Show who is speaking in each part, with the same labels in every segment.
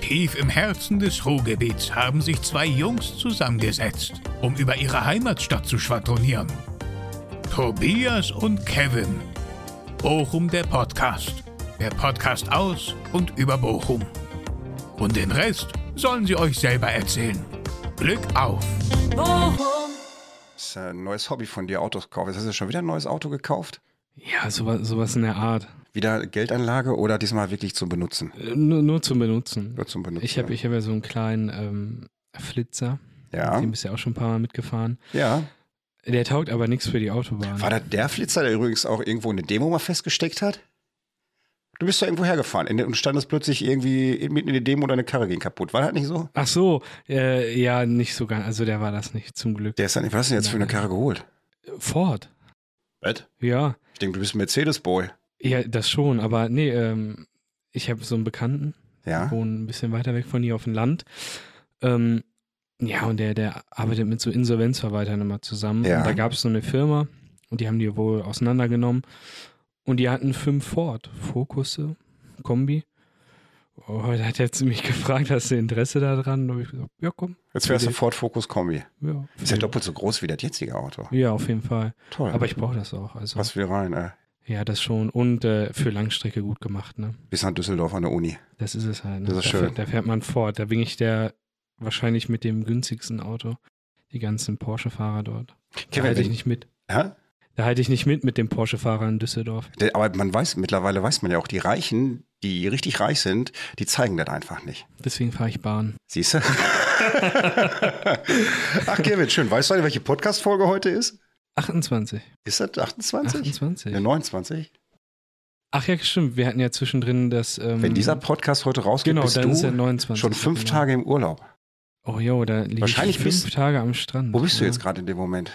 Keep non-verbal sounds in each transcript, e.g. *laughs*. Speaker 1: Tief im Herzen des Ruhrgebiets haben sich zwei Jungs zusammengesetzt, um über ihre Heimatstadt zu schwadronieren. Tobias und Kevin. Bochum der Podcast. Der Podcast aus und über Bochum. Und den Rest sollen sie euch selber erzählen. Glück auf!
Speaker 2: Das ist ein äh, neues Hobby von dir, Autos kaufen. Jetzt hast du schon wieder ein neues Auto gekauft?
Speaker 3: Ja, sowas, sowas in der Art.
Speaker 2: Wieder Geldanlage oder diesmal wirklich zum Benutzen?
Speaker 3: Äh, Nur, nur zum Benutzen.
Speaker 2: Nur zum Benutzen. ne?
Speaker 3: Ich habe ich hab ja so einen kleinen ähm, Flitzer.
Speaker 2: ja.
Speaker 3: Den bist du ja auch schon ein paar Mal mitgefahren.
Speaker 2: ja.
Speaker 3: Der taugt aber nichts für die Autobahn.
Speaker 2: War das der Flitzer, der übrigens auch irgendwo eine Demo mal festgesteckt hat? Du bist da irgendwo hergefahren in der- und standest plötzlich irgendwie mitten in der Demo deine Karre ging kaputt. War das nicht so?
Speaker 3: Ach so, äh, ja, nicht so ganz. Also der war das nicht, zum Glück.
Speaker 2: Der ist dann, was hast du denn jetzt für eine Karre geholt?
Speaker 3: Ford,
Speaker 2: Was?
Speaker 3: ja.
Speaker 2: Ich denke, du bist ein Mercedes-Boy.
Speaker 3: Ja, das schon, aber nee, ähm, ich habe so einen Bekannten,
Speaker 2: Ja.
Speaker 3: wohnen ein bisschen weiter weg von hier auf dem Land. Ähm, ja, und der, der arbeitet mit so Insolvenzverwaltern immer zusammen.
Speaker 2: Ja.
Speaker 3: Und da gab es so eine Firma und die haben die wohl auseinandergenommen. Und die hatten fünf Ford, Fokusse, Kombi. Oh, da hat er zu mich *laughs* gefragt, hast du Interesse daran? Da habe ich gesagt, ja, komm.
Speaker 2: Jetzt wärst du Ford Focus Kombi.
Speaker 3: Ja,
Speaker 2: Ist ja doppelt so groß wie das jetzige Auto.
Speaker 3: ja auf jeden Fall.
Speaker 2: Toll.
Speaker 3: Aber ich brauche das auch. Also,
Speaker 2: Passt wieder rein, ey.
Speaker 3: Ja, das schon. Und äh, für Langstrecke gut gemacht, ne?
Speaker 2: Bis nach Düsseldorf an der Uni.
Speaker 3: Das ist es halt. Ne?
Speaker 2: Das ist
Speaker 3: da,
Speaker 2: schön.
Speaker 3: Fährt, da fährt man fort. Da bin ich der wahrscheinlich mit dem günstigsten Auto. Die ganzen Porsche-Fahrer dort. Da halte ich nicht mit.
Speaker 2: Hä?
Speaker 3: Da halte ich nicht mit mit dem Porsche-Fahrer in Düsseldorf.
Speaker 2: Der- Aber man weiß, mittlerweile weiß man ja auch, die Reichen, die richtig reich sind, die zeigen das einfach nicht.
Speaker 3: Deswegen fahre ich Bahn. *laughs*
Speaker 2: Siehst du? Ach, Kevin, schön. Weißt du eigentlich, welche Podcast-Folge heute ist?
Speaker 3: 28.
Speaker 2: Ist das 28?
Speaker 3: 28.
Speaker 2: Ne, 29?
Speaker 3: Ach ja, stimmt. Wir hatten ja zwischendrin das. Ähm,
Speaker 2: Wenn dieser Podcast heute rausgeht,
Speaker 3: Genau,
Speaker 2: bist
Speaker 3: dann ist er
Speaker 2: du
Speaker 3: 29.
Speaker 2: schon fünf
Speaker 3: genau.
Speaker 2: Tage im Urlaub.
Speaker 3: Oh jo, da liege ich
Speaker 2: Wahrscheinlich
Speaker 3: fünf
Speaker 2: bist-
Speaker 3: Tage am Strand.
Speaker 2: Wo bist du
Speaker 3: ja.
Speaker 2: jetzt gerade in dem Moment?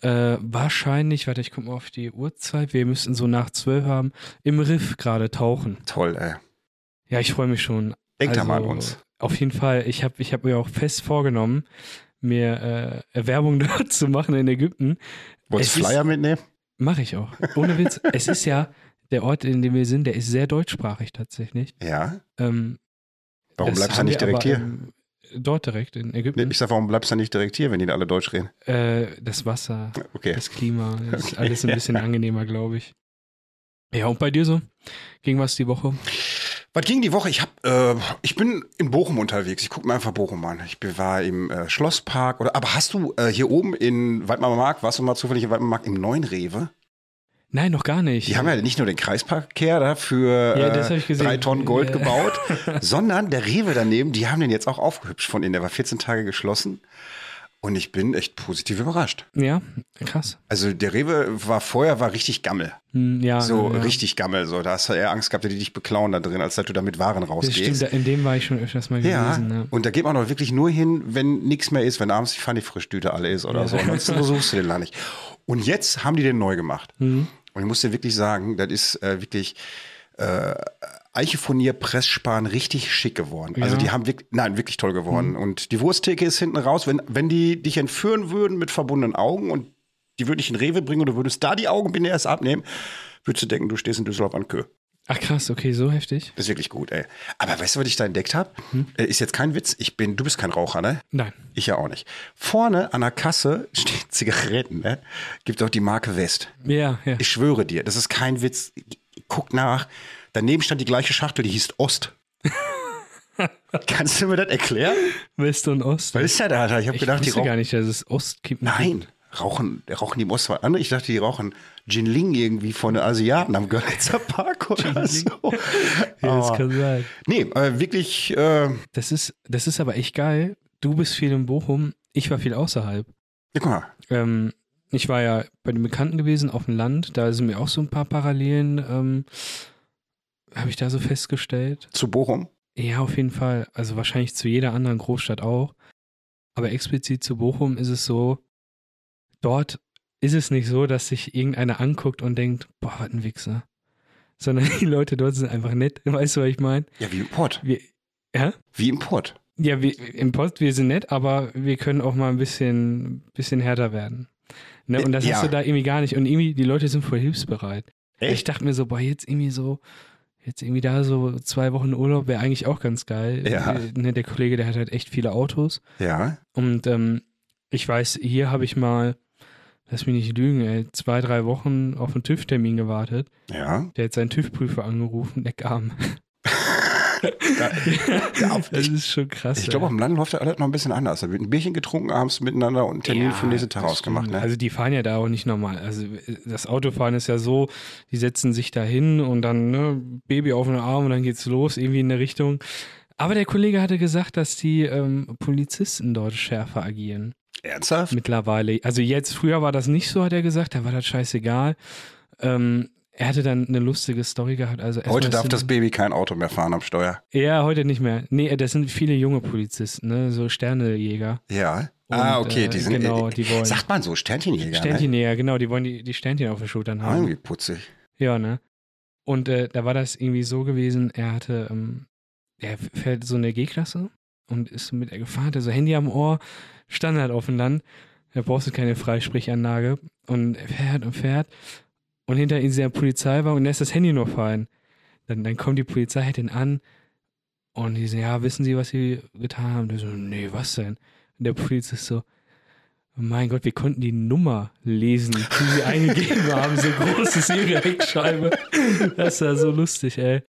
Speaker 3: Äh, wahrscheinlich, warte, ich gucke mal auf die Uhrzeit. Wir müssten so nach zwölf haben. Im Riff gerade tauchen.
Speaker 2: Toll, ey.
Speaker 3: Ja, ich freue mich schon.
Speaker 2: Denk da
Speaker 3: Also,
Speaker 2: mal an uns.
Speaker 3: Auf jeden Fall. Ich habe ich hab mir auch fest vorgenommen, mir äh, Erwerbung *laughs* dort zu machen in Ägypten.
Speaker 2: Wolltest du
Speaker 3: es ist-
Speaker 2: Flyer mitnehmen?
Speaker 3: Mache ich auch. Ohne
Speaker 2: *laughs*
Speaker 3: Witz. es ist ja der Ort, in dem wir sind, der ist sehr deutschsprachig tatsächlich.
Speaker 2: Ja.
Speaker 3: Ähm,
Speaker 2: Warum
Speaker 3: das
Speaker 2: bleibst du
Speaker 3: haben
Speaker 2: nicht
Speaker 3: wir
Speaker 2: direkt
Speaker 3: aber,
Speaker 2: hier?
Speaker 3: ähm, dort direkt in
Speaker 2: Nee,
Speaker 3: Ägypten.
Speaker 2: ich sag, warum bleibst du nicht direkt hier, wenn die alle Deutsch reden?
Speaker 3: äh, das Wasser,
Speaker 2: Okay.
Speaker 3: das Klima, das ist
Speaker 2: Okay,
Speaker 3: alles ein
Speaker 2: *laughs*
Speaker 3: bisschen angenehmer, glaube ich. Ja, und bei dir so? Ging was die Woche?
Speaker 2: Was ging die Woche? Ich hab, äh, ich bin in Bochum unterwegs. Ich guck mir einfach Bochum an. Ich bin- war im äh, Schlosspark oder. Aber hast du äh, hier oben in Weidmar Markt, warst du mal zufällig in Weidmar Markt im neuen Rewe?
Speaker 3: Nein, noch gar nicht.
Speaker 2: Die haben ja nicht nur den Kreisparkkehr da für
Speaker 3: Ja, das
Speaker 2: äh,
Speaker 3: hab ich gesehen.
Speaker 2: drei Tonnen Gold
Speaker 3: Ja. *laughs*
Speaker 2: gebaut, sondern der Rewe daneben, die haben den jetzt auch aufgehübscht von innen. Der war 14 Tage geschlossen. Und ich bin echt positiv überrascht.
Speaker 3: Ja, krass.
Speaker 2: Also der Rewe war vorher war richtig Gammel.
Speaker 3: Hm, ja,
Speaker 2: So
Speaker 3: ja.
Speaker 2: richtig Gammel. So, da hast du eher Angst gehabt, dass die dich beklauen da drin, als dass du damit Waren
Speaker 3: Das
Speaker 2: rausgehst.
Speaker 3: stimmt, in dem war ich schon öfters mal
Speaker 2: Ja,
Speaker 3: gewesen. Ja.
Speaker 2: und da geht man doch wirklich nur hin, wenn nichts mehr ist, wenn abends die Pfannifrischtüte alle ist oder so. Ansonsten suchst du den da nicht. Und jetzt haben die den neu gemacht.
Speaker 3: Mhm.
Speaker 2: Und ich muss dir wirklich sagen, das ist äh, wirklich äh, Eichefonier Pressspan richtig schick geworden. Also
Speaker 3: Ja. Mhm.
Speaker 2: die haben wirklich, nein, wirklich toll geworden. Und die Wursttheke ist hinten raus. Wenn, wenn die dich entführen würden mit verbundenen Augen und die würden dich in Rewe bringen und du würdest da die Augenbinde erst abnehmen, würdest du denken, du stehst in Düsseldorf an Kö.
Speaker 3: Ach krass, okay, so heftig?
Speaker 2: Das ist wirklich gut, ey. Aber weißt du, was ich da entdeckt habe?
Speaker 3: Mhm.
Speaker 2: Äh, Ist jetzt kein Witz. Ich bin, du bist kein Raucher, ne?
Speaker 3: Nein.
Speaker 2: Ich ja auch nicht. Vorne an der Kasse *laughs* stehen Zigaretten, ne? Gibt auch die Marke West.
Speaker 3: Ja, ja.
Speaker 2: Ich schwöre dir, das ist kein Witz. Guck nach. Daneben stand die gleiche Schachtel, die hieß
Speaker 3: *laughs*
Speaker 2: Ost. Kannst du mir das erklären?
Speaker 3: West und Ost.
Speaker 2: Was ist da da? Ich habe
Speaker 3: ich
Speaker 2: gedacht, die
Speaker 3: wusste
Speaker 2: rauchen.
Speaker 3: gar nicht, dass es Ostkippen
Speaker 2: Nein, rauchen, rauchen die im Ost was anderes. Ich dachte, die rauchen Jinling irgendwie von den Asiaten am Görlitzer Park oder so.
Speaker 3: gibt. *laughs* Ja, das
Speaker 2: Aber-
Speaker 3: kann sein.
Speaker 2: Nee, äh, wirklich, äh, ja,
Speaker 3: Das ist, das ist aber echt geil. Du bist viel in Bochum, ich war viel außerhalb.
Speaker 2: guck mal,
Speaker 3: Ähm, ich war ja bei den Bekannten gewesen auf dem Land, da sind mir auch so ein paar Parallelen, ähm, habe ich da so festgestellt.
Speaker 2: zu Bochum.
Speaker 3: Ja, auf jeden Fall. Also wahrscheinlich zu jeder anderen Großstadt auch. Aber explizit zu Bochum ist es so, dort ist es nicht so, dass sich irgendeiner anguckt und denkt, boah, was ein Wichser. Sondern *laughs* die Leute dort sind einfach nett. *laughs* Weißt du, was ich meine?
Speaker 2: Ja, wie im Pott.
Speaker 3: Wir, ja?
Speaker 2: Wie im Pott.
Speaker 3: Ja, wir, im Post, wir sind nett, aber wir können auch mal ein bisschen, bisschen härter werden. Ne? Und das
Speaker 2: Ja.
Speaker 3: hast du da irgendwie gar nicht. Und irgendwie, die Leute sind voll hilfsbereit. Ich dachte mir so, boah, jetzt irgendwie so, jetzt irgendwie da so zwei Wochen Urlaub wäre eigentlich auch ganz geil.
Speaker 2: Ja.
Speaker 3: Äh, Ne, der Kollege, der hat halt echt viele Autos.
Speaker 2: Ja.
Speaker 3: Und ähm, ich weiß, hier habe ich mal, lass mich nicht lügen, ey, zwei, drei Wochen auf einen TÜV-Termin gewartet.
Speaker 2: Ja.
Speaker 3: Der hat seinen TÜV-Prüfer angerufen, der kam.
Speaker 2: ja auf,
Speaker 3: das
Speaker 2: ich
Speaker 3: ist schon krass.
Speaker 2: ich glaube,
Speaker 3: ey.
Speaker 2: am Land läuft das alles noch ein bisschen anders. Da wird ein Bierchen getrunken, abends miteinander und einen Termin
Speaker 3: Ja,
Speaker 2: für den nächsten Tag
Speaker 3: das
Speaker 2: ausgemacht.
Speaker 3: stimmt.
Speaker 2: Ne?
Speaker 3: Also die fahren ja da auch nicht normal. Also äh, das Autofahren ist ja so, die setzen sich da hin und dann ne, Baby auf den Arm und dann geht's los, irgendwie in eine Richtung. Aber der Kollege hatte gesagt, dass die ähm, Polizisten dort schärfer agieren.
Speaker 2: Ernsthaft?
Speaker 3: Mittlerweile. Also jetzt, früher war das nicht so, hat er gesagt, da war das scheißegal. Ähm, er hatte dann eine lustige Story gehabt. Also erstmal
Speaker 2: Heute
Speaker 3: ist
Speaker 2: darf
Speaker 3: er-
Speaker 2: das Baby kein Auto mehr fahren am Steuer.
Speaker 3: Ja, heute nicht mehr. Nee, äh, das sind viele junge Polizisten, ne? so Sternejäger.
Speaker 2: Ja.
Speaker 3: Und,
Speaker 2: ah, okay,
Speaker 3: äh,
Speaker 2: die sind.
Speaker 3: genau, die wollen-
Speaker 2: Sagt man so, Sternchenjäger. Ne?
Speaker 3: Sternchenjäger, genau, die wollen die, die Sternchen auf den Schultern
Speaker 2: Ah,
Speaker 3: haben.
Speaker 2: irgendwie putzig. *laughs*
Speaker 3: Ja, ne? Und äh, da war das irgendwie so gewesen, er hatte, ähm, er f- fährt so eine G-Klasse und ist mit der Gefahr, hatte so Handy am Ohr, Standard auf dem Land, da brauchst du keine Freisprechanlage und er fährt und fährt und hinter ihm der Polizeiwagen und lässt das Handy noch fallen. Dann, dann kommt die Polizei, hält ihn an und die sagen, ja, wissen Sie, was Sie getan haben? Der so, nee, was denn? Und der Polizist so, Oh mein Gott, wir konnten die Nummer lesen, die sie eingegeben haben, so groß ist ihre Heckscheibe. Das war so lustig, ey.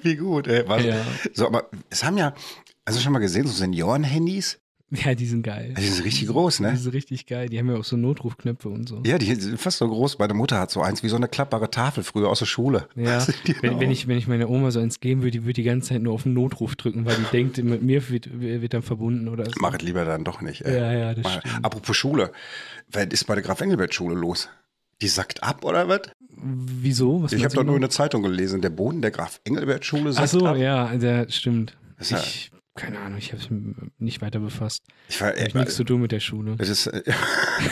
Speaker 2: Wie gut, ey. Was?
Speaker 3: Ja,
Speaker 2: So, aber es haben ja, also schon mal gesehen, so Senioren-Handys,
Speaker 3: ja die sind geil.
Speaker 2: die sind richtig groß,
Speaker 3: Die
Speaker 2: ne?
Speaker 3: sind richtig geil. Die haben ja auch so Notrufknöpfe und so.
Speaker 2: Ja, die sind fast so groß. Meine Mutter hat so eins wie so eine klappbare Tafel früher aus der Schule.
Speaker 3: Ja,
Speaker 2: *laughs* Genau.
Speaker 3: wenn, wenn, ich, wenn ich meiner Oma so eins geben würde, die würde die ganze Zeit nur auf den Notruf drücken, weil die denkt, mit mir wird, wird dann verbunden oder so.
Speaker 2: Mach es lieber dann doch nicht. Ey.
Speaker 3: Ja, ja, das
Speaker 2: Mal,
Speaker 3: stimmt.
Speaker 2: apropos Schule, was ist bei der Graf-Engelbert-Schule los? Die sackt ab oder was?
Speaker 3: Wieso? Was
Speaker 2: Ich habe
Speaker 3: meinst
Speaker 2: da
Speaker 3: du
Speaker 2: nur in
Speaker 3: genau?
Speaker 2: der Zeitung gelesen, der Boden der Graf-Engelbert-Schule
Speaker 3: Ach
Speaker 2: sackt
Speaker 3: so,
Speaker 2: ab.
Speaker 3: ja, der, stimmt.
Speaker 2: Das ist ja-
Speaker 3: Ich, keine Ahnung, ich habe es nicht weiter befasst.
Speaker 2: Ich war,
Speaker 3: Hab
Speaker 2: ey,
Speaker 3: ich nichts zu tun mit der Schule.
Speaker 2: das ist, äh, *laughs*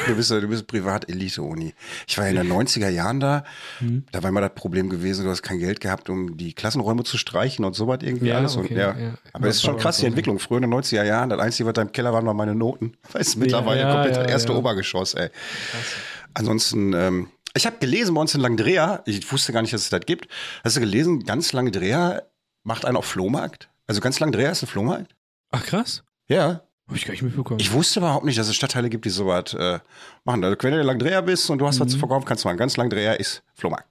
Speaker 2: du bist, du bist Privat-Elite-Uni. Ich war in den 90er Jahren da.
Speaker 3: Hm?
Speaker 2: Da war immer das Problem gewesen, du hast kein Geld gehabt, um die Klassenräume zu streichen und so was irgendwie
Speaker 3: Ja,
Speaker 2: alles.
Speaker 3: okay,
Speaker 2: und, ja.
Speaker 3: ja.
Speaker 2: Aber es ist schon
Speaker 3: War
Speaker 2: krass,
Speaker 3: so,
Speaker 2: die
Speaker 3: ja.
Speaker 2: Entwicklung. Früher in den 90er Jahren, das Einzige, was da im Keller waren, waren meine Noten. *laughs* Weißt du, mittlerweile
Speaker 3: ja,
Speaker 2: komplett
Speaker 3: ja,
Speaker 2: das erste
Speaker 3: ja.
Speaker 2: Obergeschoss, ey. Ansonsten, ähm, ich habe gelesen bei uns in Langdrea, ich wusste gar nicht, dass es das gibt. Hast du gelesen, ganz Langdrea macht einen auf Flohmarkt? Also ganz Langdrea ist ein Flohmarkt?
Speaker 3: Ach krass.
Speaker 2: Ja.
Speaker 3: Hab ich gar nicht mitbekommen.
Speaker 2: Ich wusste überhaupt nicht, dass es Stadtteile gibt, die sowas äh, machen. Also, wenn du in Langdreher bist und du hast was zu verkaufen, kannst du machen. Ganz Langdreher ist Flohmarkt.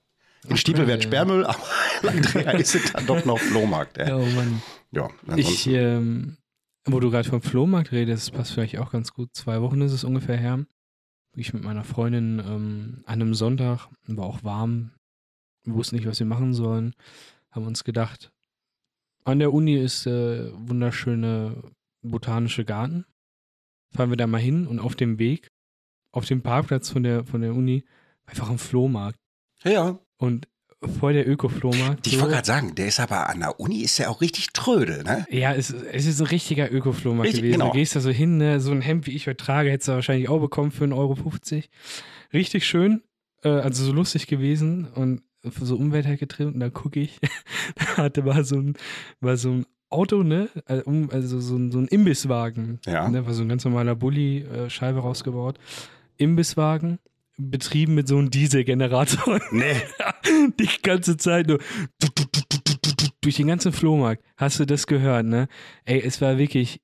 Speaker 2: In Stiepel wird
Speaker 3: Mhm. ja.
Speaker 2: Sperrmüll, aber *laughs* in Langdreher ist es dann doch noch Flohmarkt. Ey.
Speaker 3: Ja,
Speaker 2: Ja,
Speaker 3: oh Mann. Ich,
Speaker 2: ansonsten.
Speaker 3: ähm, wo du gerade vom Flohmarkt redest, das passt vielleicht auch ganz gut. Zwei Wochen ist es ungefähr her. Bin Ich mit meiner Freundin ähm, an einem Sonntag, war auch warm, wir wussten nicht, was wir machen sollen, haben uns gedacht, an der Uni ist äh, wunderschöne botanische Garten. Fahren wir da mal hin und auf dem Weg, auf dem Parkplatz von der, von der Uni, einfach ein Flohmarkt.
Speaker 2: ja, ja.
Speaker 3: Und vor der Öko-Flohmarkt.
Speaker 2: Ich wollte gerade sagen, der ist aber an der Uni ist ja auch richtig tröde, ne?
Speaker 3: Ja, es, es ist ein richtiger Öko-Flohmarkt
Speaker 2: Richtig,
Speaker 3: gewesen.
Speaker 2: genau.
Speaker 3: Du gehst da so hin, ne? so ein Hemd, wie ich heute trage, hättest du wahrscheinlich auch bekommen für 1,50 Euro. Richtig schön, äh, also so lustig gewesen und so Umwelthack getrimmt. Und da gucke ich, *laughs* da hatte war so ein, war so ein Auto, ne? Also, um- also so, ein, so ein Imbisswagen.
Speaker 2: Ja.
Speaker 3: Ne? War so ein ganz normaler Bulli, äh, Scheibe rausgebaut. Imbisswagen, betrieben mit so einem Dieselgenerator.
Speaker 2: Nee.
Speaker 3: *laughs* Die ganze Zeit nur du, du, du, du, du, du, du, durch den ganzen Flohmarkt. Hast du das gehört, ne? Ey, es war wirklich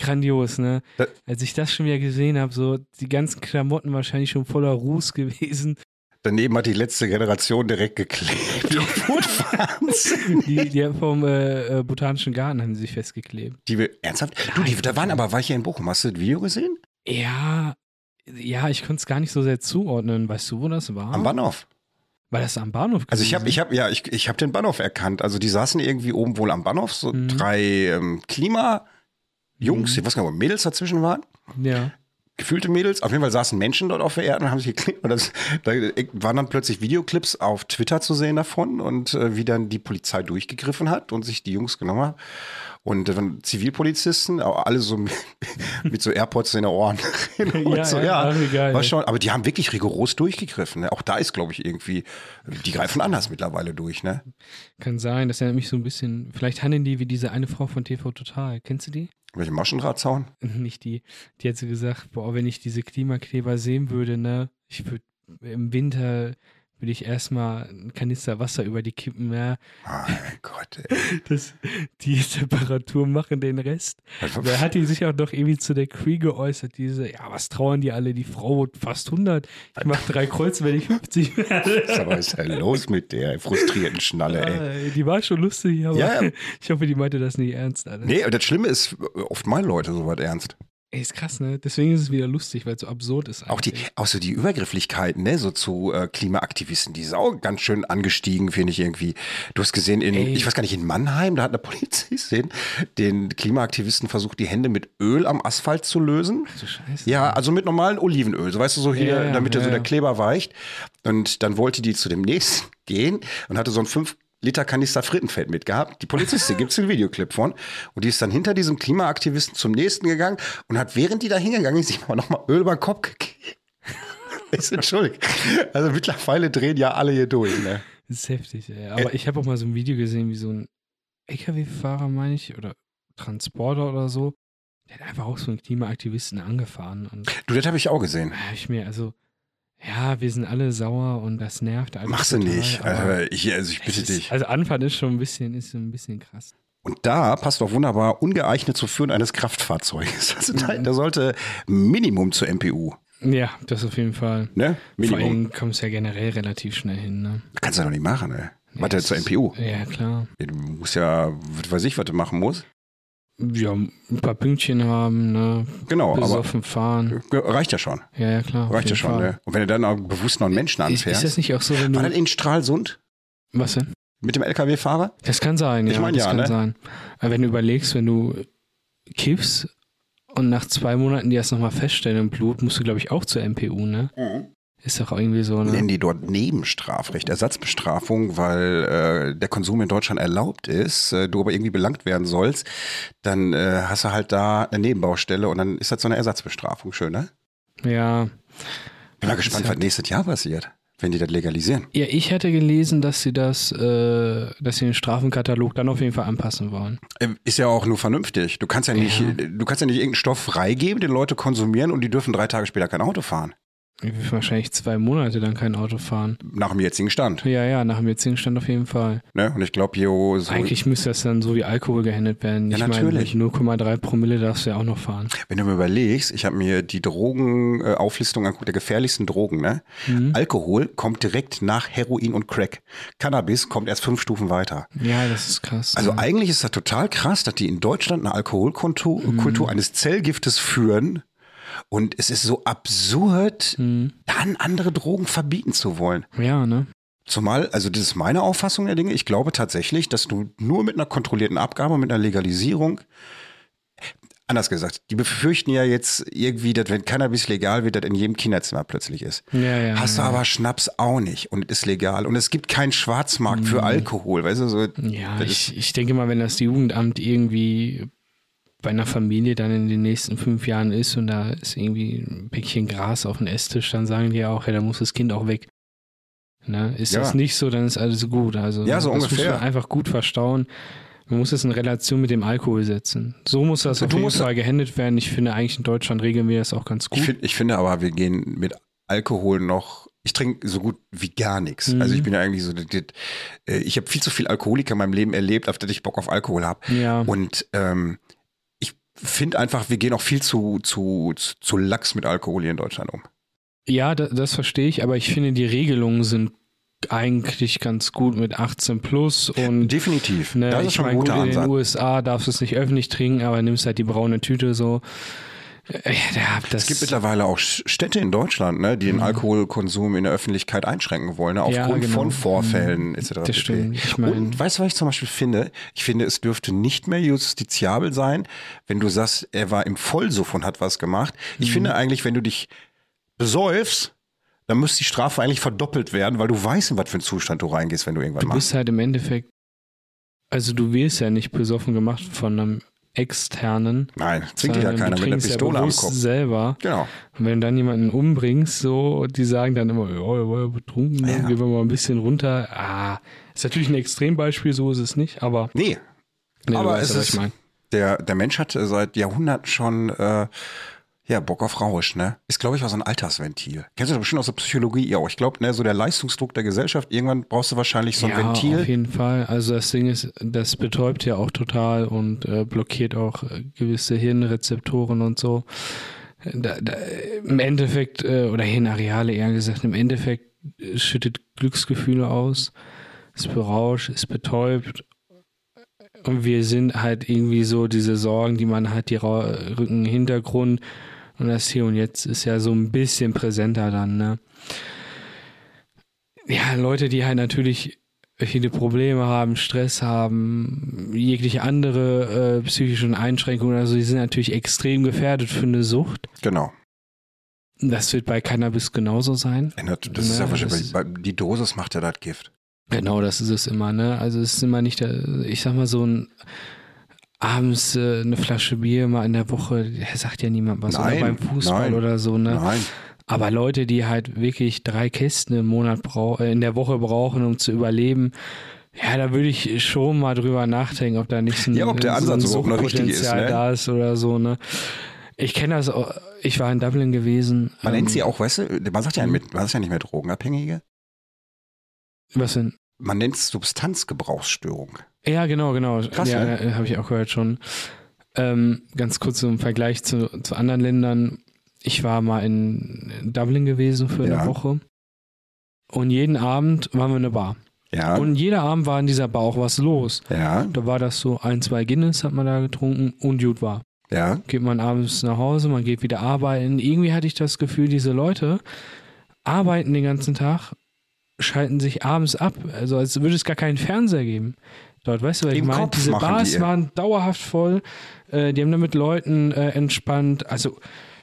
Speaker 3: grandios, ne?
Speaker 2: Da-
Speaker 3: Als ich das schon wieder gesehen habe, so die ganzen Klamotten wahrscheinlich schon voller Ruß *laughs* gewesen.
Speaker 2: Daneben hat die letzte Generation direkt geklebt. *laughs* Wahnsinn.
Speaker 3: Die, die vom äh, äh, Botanischen Garten haben sie sich festgeklebt.
Speaker 2: Die wir, ernsthaft? Du, die, da waren aber, war ich ja in Bochum. Hast du das Video gesehen?
Speaker 3: Ja, ja, ich konnte es gar nicht so sehr zuordnen. Weißt du, wo das war?
Speaker 2: Am Bahnhof.
Speaker 3: war das am Bahnhof?
Speaker 2: Also ich
Speaker 3: gewesen?
Speaker 2: habe, ich habe, ja, ich, ich habe den Bahnhof erkannt. Also die saßen irgendwie oben wohl am Bahnhof, so
Speaker 3: Mhm.
Speaker 2: drei ähm, Klima-Jungs,
Speaker 3: Mhm.
Speaker 2: ich weiß gar nicht, ob Mädels dazwischen waren, *laughs*
Speaker 3: Ja.
Speaker 2: gefühlte Mädels. Auf jeden Fall saßen Menschen dort auf der Erde und haben sich geklebt. Und das, *laughs* da waren dann plötzlich Videoclips auf Twitter zu sehen davon und äh, wie dann die Polizei durchgegriffen hat und sich die Jungs genommen hat. Und dann Zivilpolizisten, auch alle so *laughs* mit, mit so AirPods in den Ohren. *laughs* Und
Speaker 3: Ja, ja, ja, geil.
Speaker 2: war schon, aber die haben wirklich rigoros durchgegriffen. Ne? Auch da ist, glaube ich, irgendwie, die greifen anders mittlerweile durch. Ne?
Speaker 3: Kann sein, das erinnert mich so ein bisschen. Vielleicht handeln die wie diese eine Frau von TV Total. Kennst du die?
Speaker 2: Welche Maschendrahtzaun?
Speaker 3: *laughs* nicht die, die hat so gesagt, boah, wenn ich diese Klimakleber sehen würde, ne, ich würde im Winter würde ich erstmal einen Kanister Wasser über die kippen, ja.
Speaker 2: Mein
Speaker 3: *laughs*
Speaker 2: Gott, ey.
Speaker 3: Das, die *laughs* Temperatur machen den Rest.
Speaker 2: *laughs*
Speaker 3: Da hat die sich auch noch irgendwie zu der Cree geäußert, diese, ja, was trauern die alle, die Frau wird fast 100, ich mache drei Kreuze, wenn ich 50
Speaker 2: *laughs*
Speaker 3: werde.
Speaker 2: Aber was ist denn los mit der frustrierten Schnalle, ey?
Speaker 3: Äh, Die war schon lustig, aber
Speaker 2: Ja, ja.
Speaker 3: *laughs* ich hoffe, die meinte das nicht ernst. Alter.
Speaker 2: Nee, aber das Schlimme ist, oft mal Leute so was ernst.
Speaker 3: Ey, ist krass, ne? Deswegen ist es wieder lustig, weil es so absurd ist.
Speaker 2: Auch die,
Speaker 3: eigentlich.
Speaker 2: auch so die Übergrifflichkeiten, ne, so zu äh, Klimaaktivisten, die ist auch ganz schön angestiegen, finde ich irgendwie. Du hast gesehen, in,
Speaker 3: Ey.
Speaker 2: ich weiß gar nicht, in Mannheim, da hat eine *laughs* Polizistin den Klimaaktivisten versucht, die Hände mit Öl am Asphalt zu lösen.
Speaker 3: Ach du Scheiße.
Speaker 2: Ja, also mit normalem Olivenöl, so weißt du, so hier,
Speaker 3: Ja, ja,
Speaker 2: damit der
Speaker 3: ja,
Speaker 2: so der
Speaker 3: ja.
Speaker 2: Kleber weicht. Und dann wollte die zu dem nächsten *laughs* gehen und hatte so ein 5 Liter Kanister Frittenfett mitgehabt. Die
Speaker 3: *laughs*
Speaker 2: Polizistin gibt's einen Videoclip von. Und die ist dann hinter diesem Klimaaktivisten zum nächsten gegangen und hat, während die da hingegangen ist, *laughs* sich mal nochmal Öl über den Kopf gekippt. *laughs* Ist entschuldigt. Also mittlerweile drehen ja alle hier durch. Ne?
Speaker 3: Das ist heftig, ey. Aber ich habe auch mal so ein Video gesehen, wie so ein LKW-Fahrer, meine ich, oder Transporter oder so, der hat einfach auch so einen Klimaaktivisten angefahren. Und
Speaker 2: Du, das habe ich auch gesehen.
Speaker 3: da habe ich mir, also, ja, wir sind alle sauer und das nervt. alles
Speaker 2: Machst du
Speaker 3: total,
Speaker 2: nicht.
Speaker 3: aber
Speaker 2: Also ich, also ich
Speaker 3: es
Speaker 2: bitte
Speaker 3: ist,
Speaker 2: dich.
Speaker 3: Also Anfahren ist schon ein bisschen, ist so ein bisschen krass.
Speaker 2: Und da passt auch wunderbar ungeeignet zum Führen eines Kraftfahrzeuges. *laughs* Also da,
Speaker 3: Mhm.
Speaker 2: da sollte Minimum zur MPU.
Speaker 3: Ja, das auf jeden Fall.
Speaker 2: Ne?
Speaker 3: Vor
Speaker 2: Minimum.
Speaker 3: allem kommst du ja generell relativ schnell hin, ne?
Speaker 2: Kannst du ja noch nicht machen, ne?
Speaker 3: Nee,
Speaker 2: Warte
Speaker 3: das
Speaker 2: zur
Speaker 3: ist-
Speaker 2: MPU.
Speaker 3: Ja, klar.
Speaker 2: Du musst ja, was weiß ich, was du machen musst.
Speaker 3: Ja, ein paar Pünktchen haben, ne?
Speaker 2: Genau,
Speaker 3: Besoffen fahren.
Speaker 2: aber äh, reicht ja schon.
Speaker 3: Ja, ja, klar. auf
Speaker 2: Reicht ja
Speaker 3: jeden
Speaker 2: schon,
Speaker 3: Fall.
Speaker 2: ne? Und wenn du dann auch bewusst noch einen Menschen
Speaker 3: Ist, ist
Speaker 2: anfährst.
Speaker 3: das nicht auch so, wenn
Speaker 2: war das
Speaker 3: du.
Speaker 2: in Stralsund
Speaker 3: Was denn?
Speaker 2: mit dem LKW-Fahrer?
Speaker 3: Das kann sein, ja.
Speaker 2: Ich mein,
Speaker 3: das
Speaker 2: ja,
Speaker 3: kann
Speaker 2: ne?
Speaker 3: sein. Aber wenn du überlegst, wenn du kiffst und nach zwei Monaten die erst nochmal feststellen im Blut, musst du, glaube ich, auch zur MPU, ne? Ist doch irgendwie so, ne?
Speaker 2: Nennen die dort Nebenstrafrecht, Ersatzbestrafung, weil äh, der Konsum in Deutschland erlaubt ist, äh, du aber irgendwie belangt werden sollst, dann äh, hast du halt da eine Nebenbaustelle und dann ist das so eine Ersatzbestrafung. Schön, ne?
Speaker 3: Ja.
Speaker 2: Bin mal
Speaker 3: Das ist
Speaker 2: gespannt,
Speaker 3: ja-
Speaker 2: was nächstes Jahr passiert, wenn die das legalisieren.
Speaker 3: Ja, ich hätte gelesen, dass sie das, äh, dass sie den Strafenkatalog dann auf jeden Fall anpassen wollen.
Speaker 2: Ähm, Ist ja auch nur vernünftig. Du kannst ja nicht,
Speaker 3: Ja.
Speaker 2: du kannst ja nicht irgendeinen Stoff freigeben, den Leute konsumieren und die dürfen drei Tage später kein Auto fahren.
Speaker 3: Ich will wahrscheinlich zwei Monate dann kein Auto fahren.
Speaker 2: Nach dem jetzigen Stand.
Speaker 3: Ja, ja, nach dem jetzigen Stand auf jeden Fall.
Speaker 2: Ne? Und ich glaube, Jo, so,
Speaker 3: Eigentlich müsste das dann so wie Alkohol gehandelt werden.
Speaker 2: Ja,
Speaker 3: ich
Speaker 2: natürlich.
Speaker 3: meine, mit 0,3 Promille darfst du ja auch noch fahren.
Speaker 2: wenn du mir überlegst, ich habe mir die Drogenauflistung angeguckt, der gefährlichsten Drogen, ne? Alkohol kommt direkt nach Heroin und Crack. Cannabis kommt erst fünf Stufen weiter.
Speaker 3: Ja, das ist krass.
Speaker 2: Also
Speaker 3: ja.
Speaker 2: eigentlich ist das total krass, dass die in Deutschland eine Alkoholkultur Kultur eines Zellgiftes führen. Und es ist so absurd, dann andere Drogen verbieten zu wollen.
Speaker 3: ja, ne?
Speaker 2: Zumal, also das ist meine Auffassung der Dinge, ich glaube tatsächlich, dass du nur mit einer kontrollierten Abgabe, mit einer Legalisierung, anders gesagt, die befürchten ja jetzt irgendwie, dass wenn Cannabis legal wird, das in jedem Kinderzimmer plötzlich ist.
Speaker 3: Ja, ja,
Speaker 2: Hast du
Speaker 3: ja.
Speaker 2: aber Schnaps auch nicht und ist legal. Und es gibt keinen Schwarzmarkt
Speaker 3: Mhm.
Speaker 2: für Alkohol, weißt du? So,
Speaker 3: Ja,
Speaker 2: das
Speaker 3: ich, ich denke mal, wenn das Jugendamt irgendwie bei einer Familie dann in den nächsten fünf Jahren ist und da ist irgendwie ein Päckchen Gras auf dem Esstisch, dann sagen die ja auch, ja, da muss das Kind auch weg. Ne? Ist
Speaker 2: Ja.
Speaker 3: das nicht so, dann ist alles gut. Also,
Speaker 2: Ja, so
Speaker 3: das
Speaker 2: ungefähr.
Speaker 3: muss man einfach gut verstauen. Man muss es in Relation mit dem Alkohol setzen. So muss das
Speaker 2: Du
Speaker 3: auf jeden
Speaker 2: musst-
Speaker 3: Fall gehandelt werden. Ich finde, eigentlich in Deutschland regeln wir das auch ganz
Speaker 2: Ich,
Speaker 3: gut.
Speaker 2: find, ich finde aber, wir gehen mit Alkohol noch. Ich trinke so gut wie gar nichts. Also
Speaker 3: Mhm.
Speaker 2: ich bin ja eigentlich so, das- das- äh, ich habe viel zu viel Alkoholiker in meinem Leben erlebt, auf das ich Bock auf Alkohol habe.
Speaker 3: ja.
Speaker 2: Und ähm, ich finde einfach, wir gehen auch viel zu, zu, zu, zu lax mit Alkohol hier in Deutschland um.
Speaker 3: Ja, da, das verstehe ich, aber ich finde, die Regelungen sind eigentlich ganz gut mit 18 plus und
Speaker 2: Definitiv.
Speaker 3: ne,
Speaker 2: das ist
Speaker 3: ich
Speaker 2: schon ein
Speaker 3: meine, gut,
Speaker 2: guter
Speaker 3: in den
Speaker 2: Ansatz.
Speaker 3: USA darfst du es nicht öffentlich trinken, aber nimmst halt die braune Tüte so. Äh, Ja, das
Speaker 2: Es gibt mittlerweile auch Sch- Städte in Deutschland, ne, die den Alkoholkonsum in der Öffentlichkeit einschränken wollen, ne,
Speaker 3: Mhm. Ja,
Speaker 2: aufgrund
Speaker 3: genau.
Speaker 2: von Vorfällen etc.
Speaker 3: Das stimmt. Ich mein-
Speaker 2: Und weißt du, was ich zum Beispiel finde? Ich finde, es dürfte nicht mehr justiziabel sein, wenn du sagst, er war im Vollsuff und hat was gemacht. Ich
Speaker 3: Mhm.
Speaker 2: finde eigentlich, wenn du dich besäufst, dann müsste die Strafe eigentlich verdoppelt werden, weil du weißt, in was für einen Zustand du reingehst, wenn du irgendwann
Speaker 3: du
Speaker 2: machst.
Speaker 3: bist halt im Endeffekt, also du wirst ja nicht besoffen gemacht von einem externen.
Speaker 2: Nein, zwingt dich ja
Speaker 3: sondern
Speaker 2: keiner
Speaker 3: du
Speaker 2: mit einer
Speaker 3: trinkst ja
Speaker 2: Pistole am
Speaker 3: bewusst
Speaker 2: Kopf.
Speaker 3: selber.
Speaker 2: Genau.
Speaker 3: Und wenn du dann jemanden umbringst, so, die sagen dann immer, ja, er war ja betrunken,
Speaker 2: Ja.
Speaker 3: dann gehen wir mal ein bisschen runter. Ah, ist natürlich ein Extrembeispiel, so ist es nicht, aber,
Speaker 2: Nee,
Speaker 3: nee,
Speaker 2: Aber
Speaker 3: du weißt,
Speaker 2: es
Speaker 3: was ich
Speaker 2: ist-
Speaker 3: meine.
Speaker 2: der, der Mensch hat äh, seit Jahrhunderten schon äh, Ja, Bock auf Rausch, ne? Ist, glaube ich, auch so ein Altersventil. Kennst du das bestimmt aus der Psychologie ja auch. Ich glaube, ne, so der Leistungsdruck der Gesellschaft, irgendwann brauchst du wahrscheinlich so ein
Speaker 3: ja, auf
Speaker 2: Ventil.
Speaker 3: jeden Fall. Also das Ding ist, das betäubt ja auch total und äh, blockiert auch äh, gewisse Hirnrezeptoren und so. Da, da, Im Endeffekt, äh, oder Hirnareale eher gesagt, im Endeffekt äh, schüttet Glücksgefühle aus, ist berauscht, ist betäubt. Und wir sind halt irgendwie so diese Sorgen, die man hat, die Ra Rücken, Hintergrund und das Hier und Jetzt ist ja so ein bisschen präsenter dann, ne? Ja, Leute, die halt natürlich viele Probleme haben, Stress haben, jegliche andere äh, psychischen Einschränkungen, also die sind natürlich extrem gefährdet für eine Sucht.
Speaker 2: Genau.
Speaker 3: Das wird bei Cannabis genauso sein.
Speaker 2: Ändert- Das ist
Speaker 3: Ne,
Speaker 2: ja wahrscheinlich,
Speaker 3: das
Speaker 2: bei- die Dosis macht ja das Gift.
Speaker 3: Genau, das ist es immer, ne? Also es ist immer nicht, der, ich sag mal so ein abends äh, eine Flasche Bier mal in der Woche, sagt ja niemand was,
Speaker 2: Nein,
Speaker 3: oder beim Fußball
Speaker 2: nein,
Speaker 3: oder so, ne?
Speaker 2: Nein.
Speaker 3: Aber Leute, die halt wirklich drei Kästen im Monat brau äh, in der Woche brauchen, um zu überleben, ja, da würde ich schon mal drüber nachdenken, ob da nicht so ein,
Speaker 2: Ja, ob der Ansatz
Speaker 3: so ein
Speaker 2: überhaupt noch richtig ist,
Speaker 3: Suchtpotenzial
Speaker 2: ne?
Speaker 3: da ist oder so, ne? Ich kenne das, auch- ich war in Dublin gewesen.
Speaker 2: Man nennt
Speaker 3: ähm,
Speaker 2: sie auch, weißt du, man sagt ja, mit, man sagt ja nicht mehr Drogenabhängige.
Speaker 3: Was denn?
Speaker 2: Man nennt es Substanzgebrauchsstörung.
Speaker 3: Ja, genau, genau.
Speaker 2: Krass,
Speaker 3: ja,
Speaker 2: ne?
Speaker 3: ja, habe ich auch gehört schon. Ähm, ganz kurz zum Vergleich zu, zu anderen Ländern. Ich war mal in Dublin gewesen für
Speaker 2: Ja.
Speaker 3: eine Woche. Und jeden Abend waren wir in einer Bar.
Speaker 2: Ja.
Speaker 3: Und jeder Abend war in dieser Bar auch was los.
Speaker 2: ja,
Speaker 3: Da war das so ein, zwei Guinness hat man da getrunken und gut war.
Speaker 2: ja.
Speaker 3: Geht man abends nach Hause, man geht wieder arbeiten. Irgendwie hatte ich das Gefühl, diese Leute arbeiten den ganzen Tag, schalten sich abends ab. Also als würde es gar keinen Fernseher geben. Dort, weißt du, was ich
Speaker 2: Im
Speaker 3: meine?
Speaker 2: Kopf
Speaker 3: Diese
Speaker 2: machen
Speaker 3: Bars
Speaker 2: die.
Speaker 3: waren dauerhaft voll. Äh, die haben da mit Leuten äh, entspannt. Also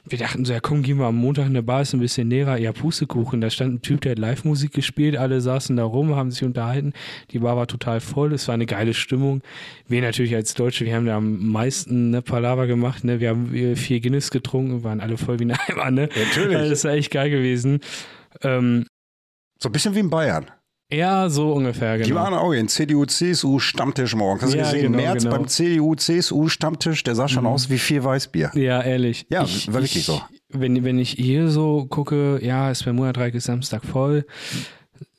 Speaker 3: wir dachten so, ja komm, gehen wir am Montag in eine Bar, ist ein bisschen näher. Ja, Pustekuchen. Da stand ein Typ, der hat Live-Musik gespielt. Alle saßen da rum, haben sich unterhalten. Die Bar war total voll. Es war eine geile Stimmung. Wir natürlich als Deutsche, wir haben da am meisten ne, Palaver gemacht. Ne? Wir haben äh, vier Guinness getrunken, waren alle voll wie ein Eimer. Ne?
Speaker 2: Natürlich.
Speaker 3: *laughs* Das war echt geil gewesen. Ähm,
Speaker 2: So ein bisschen wie in Bayern.
Speaker 3: ja, so ungefähr, genau.
Speaker 2: Die waren auch in CDU, CSU Stammtisch morgens. Hast du
Speaker 3: Ja,
Speaker 2: gesehen, im
Speaker 3: genau,
Speaker 2: März
Speaker 3: genau. Mhm.
Speaker 2: beim CDU, CSU Stammtisch, der sah schon aus wie vier Weißbier.
Speaker 3: Ja, ehrlich.
Speaker 2: Ja, war wirklich so.
Speaker 3: Wenn, wenn ich hier so gucke, ja, ist bei Monatreich ist Samstag voll,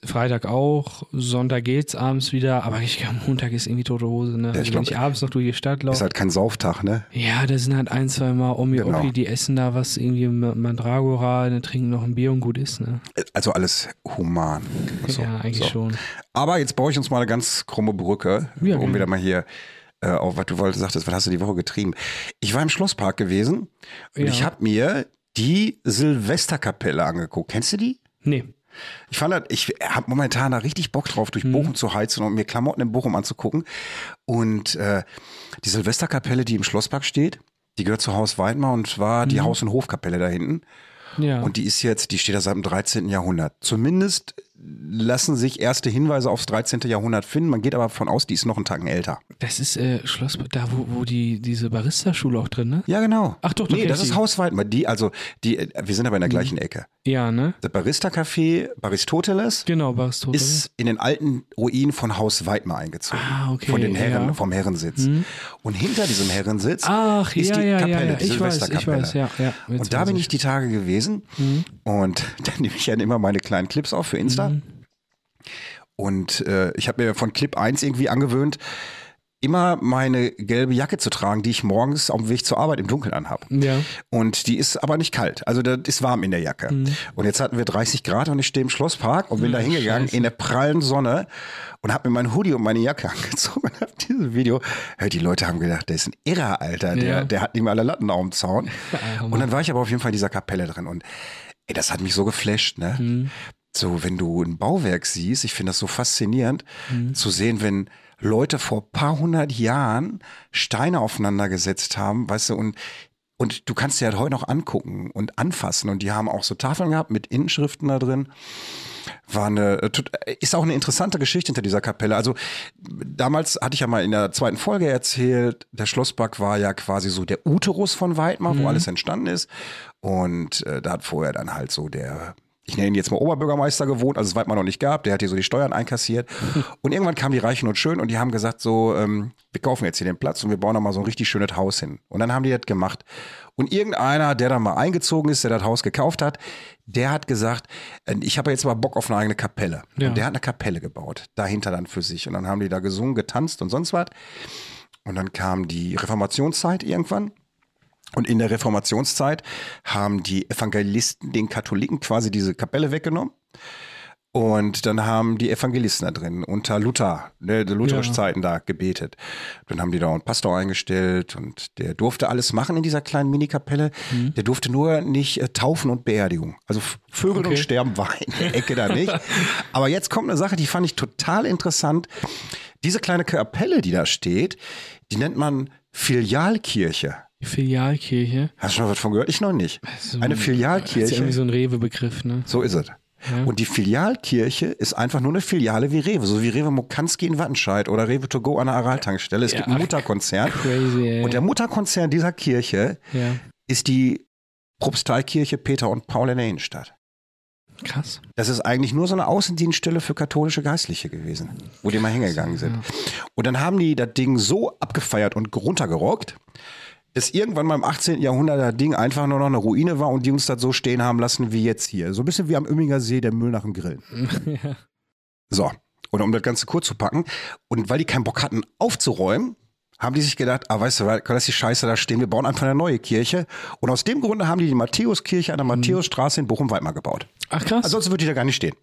Speaker 3: Freitag auch, Sonntag geht's abends wieder, aber ich glaube, Montag ist irgendwie tote Hose. Ne? Also,
Speaker 2: ich glaub,
Speaker 3: wenn ich abends noch durch die Stadt
Speaker 2: Ist
Speaker 3: laufe.
Speaker 2: halt kein Sauftag, ne?
Speaker 3: ja, da sind halt ein, zwei Mal Omi,
Speaker 2: Genau.
Speaker 3: Oppi, die essen da was, irgendwie Ma- Mandragora, dann trinken noch ein Bier und gut ist. Ne?
Speaker 2: Also alles human. So,
Speaker 3: ja, eigentlich
Speaker 2: so.
Speaker 3: schon.
Speaker 2: Aber jetzt baue ich uns mal eine ganz krumme Brücke,
Speaker 3: Ja,
Speaker 2: um
Speaker 3: gerne.
Speaker 2: wieder mal hier äh, auf, was du wolltest, sagtest, was hast du die Woche getrieben? Ich war im Schlosspark gewesen und
Speaker 3: Ja.
Speaker 2: ich habe mir die Silvesterkapelle angeguckt. Kennst du die?
Speaker 3: Nee.
Speaker 2: Ich fand das, ich habe momentan da richtig Bock drauf,
Speaker 3: Mhm.
Speaker 2: durch Bochum zu heizen und mir Klamotten in Bochum anzugucken. Und äh, die Silvesterkapelle, die im Schlosspark steht, die gehört zu Haus Weidmar und war
Speaker 3: Mhm.
Speaker 2: die Haus- und Hofkapelle da hinten.
Speaker 3: Ja.
Speaker 2: Und die ist jetzt, die steht da seit dem 13. Jahrhundert. Zumindest lassen sich erste Hinweise aufs 13. Jahrhundert finden. Man geht aber davon aus, die ist noch einen Tacken älter.
Speaker 3: das ist äh, Schloss, da wo, wo die, diese Barista-Schule auch drin, ne?
Speaker 2: Ja, genau.
Speaker 3: Ach doch, Mhm. doch,
Speaker 2: Nee, das
Speaker 3: richtig.
Speaker 2: ist Haus Weidmar. Die, also, die, äh, wir sind aber in der gleichen Ecke.
Speaker 3: Ja, ne?
Speaker 2: Der Barista-Café Baristoteles
Speaker 3: Genau, Baristotele.
Speaker 2: ist in den alten Ruinen von Haus Weidmar eingezogen.
Speaker 3: Ah, okay,
Speaker 2: Von den Herren,
Speaker 3: ja. Mhm.
Speaker 2: vom Herrensitz. Und hinter diesem Herrensitz
Speaker 3: Ach,
Speaker 2: ist
Speaker 3: ja,
Speaker 2: die
Speaker 3: ja,
Speaker 2: Kapelle,
Speaker 3: ja, ja.
Speaker 2: die
Speaker 3: Ich weiß, ich
Speaker 2: Silvesterkapelle.
Speaker 3: weiß, ja, ja. Jetzt
Speaker 2: Und da
Speaker 3: weiß
Speaker 2: bin
Speaker 3: ich. Mhm.
Speaker 2: ich die Tage gewesen und *laughs* dann nehme ich ja immer meine kleinen Clips auf für Insta. Und äh, ich habe mir von Clip 1 irgendwie angewöhnt, immer meine gelbe Jacke zu tragen, die ich morgens auf dem Weg zur Arbeit im Dunkeln anhabe.
Speaker 3: Ja.
Speaker 2: Und die ist aber nicht kalt. Also da ist warm in der Jacke.
Speaker 3: Mhm.
Speaker 2: Und jetzt hatten wir 30 Grad und ich stehe im Schlosspark und bin
Speaker 3: Ah,
Speaker 2: da hingegangen in der prallen Sonne und habe mir mein Hoodie und meine Jacke *laughs* angezogen und habe dieses Video. Hey, die Leute haben gedacht, der ist ein Irrer, Alter. Der,
Speaker 3: Ja.
Speaker 2: der hat nicht mal alle Latten auf dem Zaun.
Speaker 3: Hammer.
Speaker 2: und dann war ich aber auf jeden Fall in dieser Kapelle drin. Und ey, das hat mich so geflasht, ne? So, wenn du ein Bauwerk siehst, ich finde das so faszinierend, zu sehen, wenn Leute vor paar hundert Jahren Steine aufeinander gesetzt haben, weißt du, und und du kannst dir halt heute noch angucken und anfassen. Und die haben auch so Tafeln gehabt mit Inschriften da drin. War eine, äh, tut- äh, ist auch eine interessante Geschichte hinter dieser Kapelle. Also damals hatte ich ja mal in der zweiten Folge erzählt, der Schlosspark war ja quasi so der Uterus von Weidmar, wo alles entstanden ist. Und äh, da hat vorher dann halt so der ich nenne ihn jetzt mal Oberbürgermeister gewohnt, also es weit mal noch nicht gab, der hat hier so die Steuern einkassiert. Und irgendwann kamen die Reichen und Schön und die haben gesagt, so, ähm, wir kaufen jetzt hier den Platz und wir bauen da mal so ein richtig schönes Haus hin. Und dann haben die das gemacht. Und irgendeiner, der da mal eingezogen ist, der das Haus gekauft hat, der hat gesagt, äh, ich habe jetzt mal Bock auf eine eigene Kapelle.
Speaker 3: Ja.
Speaker 2: Und der hat eine Kapelle gebaut, dahinter dann für sich. Und dann haben die da gesungen, getanzt und sonst was. Und dann kam die Reformationszeit irgendwann. Und in der Reformationszeit haben die Evangelisten den Katholiken quasi diese Kapelle weggenommen. Und dann haben die Evangelisten da drin unter Luther, ne, die lutherischen
Speaker 3: Ja.
Speaker 2: Zeiten da gebetet. Dann haben die da einen Pastor eingestellt und der durfte alles machen in dieser kleinen Minikapelle.
Speaker 3: Mhm.
Speaker 2: Der durfte nur nicht äh, taufen und Beerdigung. Also F- Vögel und
Speaker 3: Okay.
Speaker 2: Sterben war in der Ecke da
Speaker 3: *laughs*
Speaker 2: nicht. Aber jetzt kommt eine Sache, die fand ich total interessant. Diese kleine Kapelle, die da steht, die nennt man Filialkirche.
Speaker 3: Die Filialkirche.
Speaker 2: Hast du schon mal was von gehört? Ich noch nicht.
Speaker 3: So
Speaker 2: Eine
Speaker 3: ein- Ist ja
Speaker 2: Filialkirche.
Speaker 3: irgendwie so ein Rewe-Begriff, ne?
Speaker 2: So ist es. Und die Filialkirche ist einfach nur eine Filiale wie Rewe, so wie Rewe Mokanski in Wattenscheid oder Rewe to go an der Aral-Tankstelle. Es
Speaker 3: Ja,
Speaker 2: gibt einen Mutterkonzern.
Speaker 3: Crazy, ey.
Speaker 2: Und der Mutterkonzern dieser Kirche
Speaker 3: ja,
Speaker 2: ist die Propsteikirche Peter und Paul in der Innenstadt.
Speaker 3: krass.
Speaker 2: Das ist eigentlich nur so eine Außendienststelle für katholische Geistliche gewesen, wo die mal hingegangen sind.
Speaker 3: Ja.
Speaker 2: Und dann haben die das Ding so abgefeiert und runtergerockt, dass irgendwann mal im 18. Jahrhundert das Ding einfach nur noch eine Ruine war und die uns das so stehen haben lassen wie jetzt hier. So ein bisschen wie am Ümminger See der Müll nach dem Grillen.
Speaker 3: ja.
Speaker 2: So, und um das Ganze kurz zu packen, und weil die keinen Bock hatten aufzuräumen, haben die sich gedacht, ah, weißt du, weil kann das die Scheiße da stehen, wir bauen einfach eine neue Kirche. Und aus dem Grunde haben die die Matthäuskirche an der Matthäusstraße in Bochum-Weidmar gebaut.
Speaker 3: Ach krass.
Speaker 2: Ansonsten würde die da gar nicht stehen.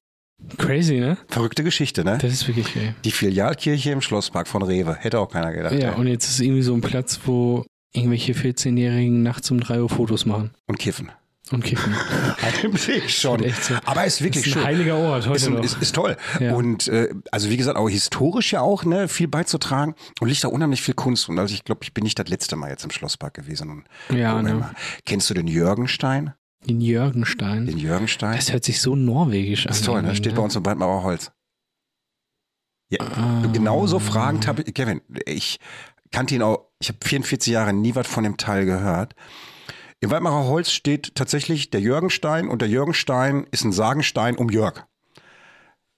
Speaker 3: Crazy, ne?
Speaker 2: Verrückte Geschichte, ne?
Speaker 3: Das ist wirklich geil.
Speaker 2: Die Filialkirche im Schlosspark von Rewe. Hätte auch keiner gedacht.
Speaker 3: Ja,
Speaker 2: ey.
Speaker 3: und jetzt ist irgendwie so ein Platz, wo irgendwelche 14-Jährigen nachts um 3 Uhr Fotos machen
Speaker 2: und kiffen.
Speaker 3: und
Speaker 2: *laughs*
Speaker 3: kiffen.
Speaker 2: Eigentlich schon.
Speaker 3: Echt so.
Speaker 2: Aber ist wirklich
Speaker 3: ist ein
Speaker 2: schön.
Speaker 3: heiliger Ort heute
Speaker 2: Ist, ein,
Speaker 3: noch.
Speaker 2: ist, ist toll.
Speaker 3: Ja.
Speaker 2: Und äh, also wie gesagt, auch historisch ja auch, ne, viel beizutragen und liegt da unheimlich viel Kunst. Und also ich glaube, ich bin nicht das letzte Mal jetzt im Schlosspark gewesen. Und
Speaker 3: ja,
Speaker 2: Moment
Speaker 3: ne?
Speaker 2: mal. Kennst du den Jürgenstein?
Speaker 3: Den Jürgenstein.
Speaker 2: Den Jürgenstein?
Speaker 3: Das hört sich so norwegisch an.
Speaker 2: ist toll, ne? Steht bei uns im Brandmauer Holz.
Speaker 3: Ah.
Speaker 2: Du genauso fragend habe ich, Kevin, ich kannte ihn auch, ich habe 44 Jahre nie was von dem Teil gehört. Im Weidmacher Holz steht tatsächlich der Jürgenstein und der Jürgenstein ist ein Sagenstein um Jörg.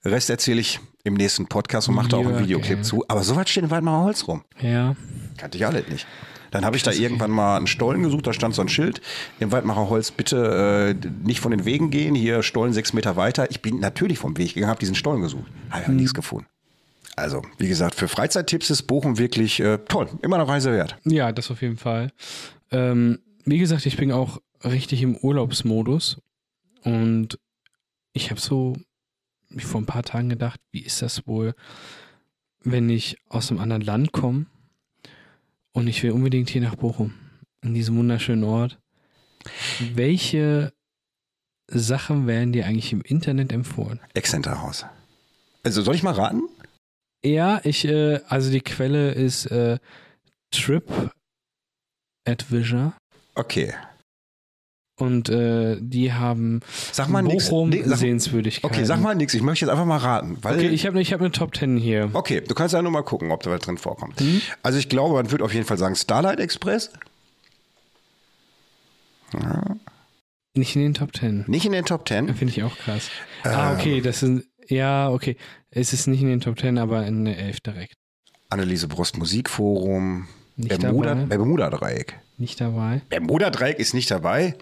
Speaker 2: Rest erzähle ich im nächsten Podcast und mache da auch einen
Speaker 3: Jörg,
Speaker 2: Videoclip
Speaker 3: ey.
Speaker 2: zu. Aber so weit steht im Weidmacher Holz rum.
Speaker 3: Ja.
Speaker 2: Kannte ich alle nicht. Dann habe ich da irgendwann mal einen Stollen gesucht, da stand so ein Schild. Im Waldmacher Holz bitte äh, nicht von den Wegen gehen, hier Stollen sechs Meter weiter. Ich bin natürlich vom Weg gegangen, habe diesen Stollen gesucht. Habe
Speaker 3: Mhm.
Speaker 2: aber nichts gefunden. Also, wie gesagt, für Freizeittipps ist Bochum wirklich äh, toll. Immer eine Reise wert.
Speaker 3: Ja, das auf jeden Fall. Ähm, wie gesagt, ich bin auch richtig im Urlaubsmodus und ich habe so mir vor ein paar Tagen gedacht, wie ist das wohl, wenn ich aus einem anderen Land komme und ich will unbedingt hier nach Bochum, in diesem wunderschönen Ort. Welche Sachen werden dir eigentlich im Internet empfohlen?
Speaker 2: Exzenterhaus. Also, soll ich mal raten?
Speaker 3: Ja, ich, äh, also die Quelle ist äh, Trip Advisor.
Speaker 2: Okay.
Speaker 3: Und äh, die haben
Speaker 2: Sag mal nichts.
Speaker 3: Bochum
Speaker 2: sag,
Speaker 3: Sehenswürdigkeiten.
Speaker 2: okay, sag mal äh, nichts. Ich möchte jetzt einfach mal raten. Weil,
Speaker 3: Okay, ich habe ich hab eine Top Ten hier.
Speaker 2: okay, du kannst ja nur mal gucken, ob da was drin vorkommt.
Speaker 3: Mhm.
Speaker 2: Also, ich glaube, man würde auf jeden Fall sagen Starlight Express.
Speaker 3: Nicht in den Top Ten.
Speaker 2: Nicht in den Top Ten.
Speaker 3: Finde ich auch krass.
Speaker 2: Äh.
Speaker 3: ah, okay, das sind. Ja, okay. Es ist nicht in den Top Ten, aber in der Elf direkt.
Speaker 2: Anneliese Brust Musikforum,
Speaker 3: Nicht
Speaker 2: Bermuda,
Speaker 3: dabei.
Speaker 2: Bermuda Dreieck.
Speaker 3: Nicht dabei.
Speaker 2: Bermuda Dreieck ist nicht
Speaker 3: Äh.
Speaker 2: dabei.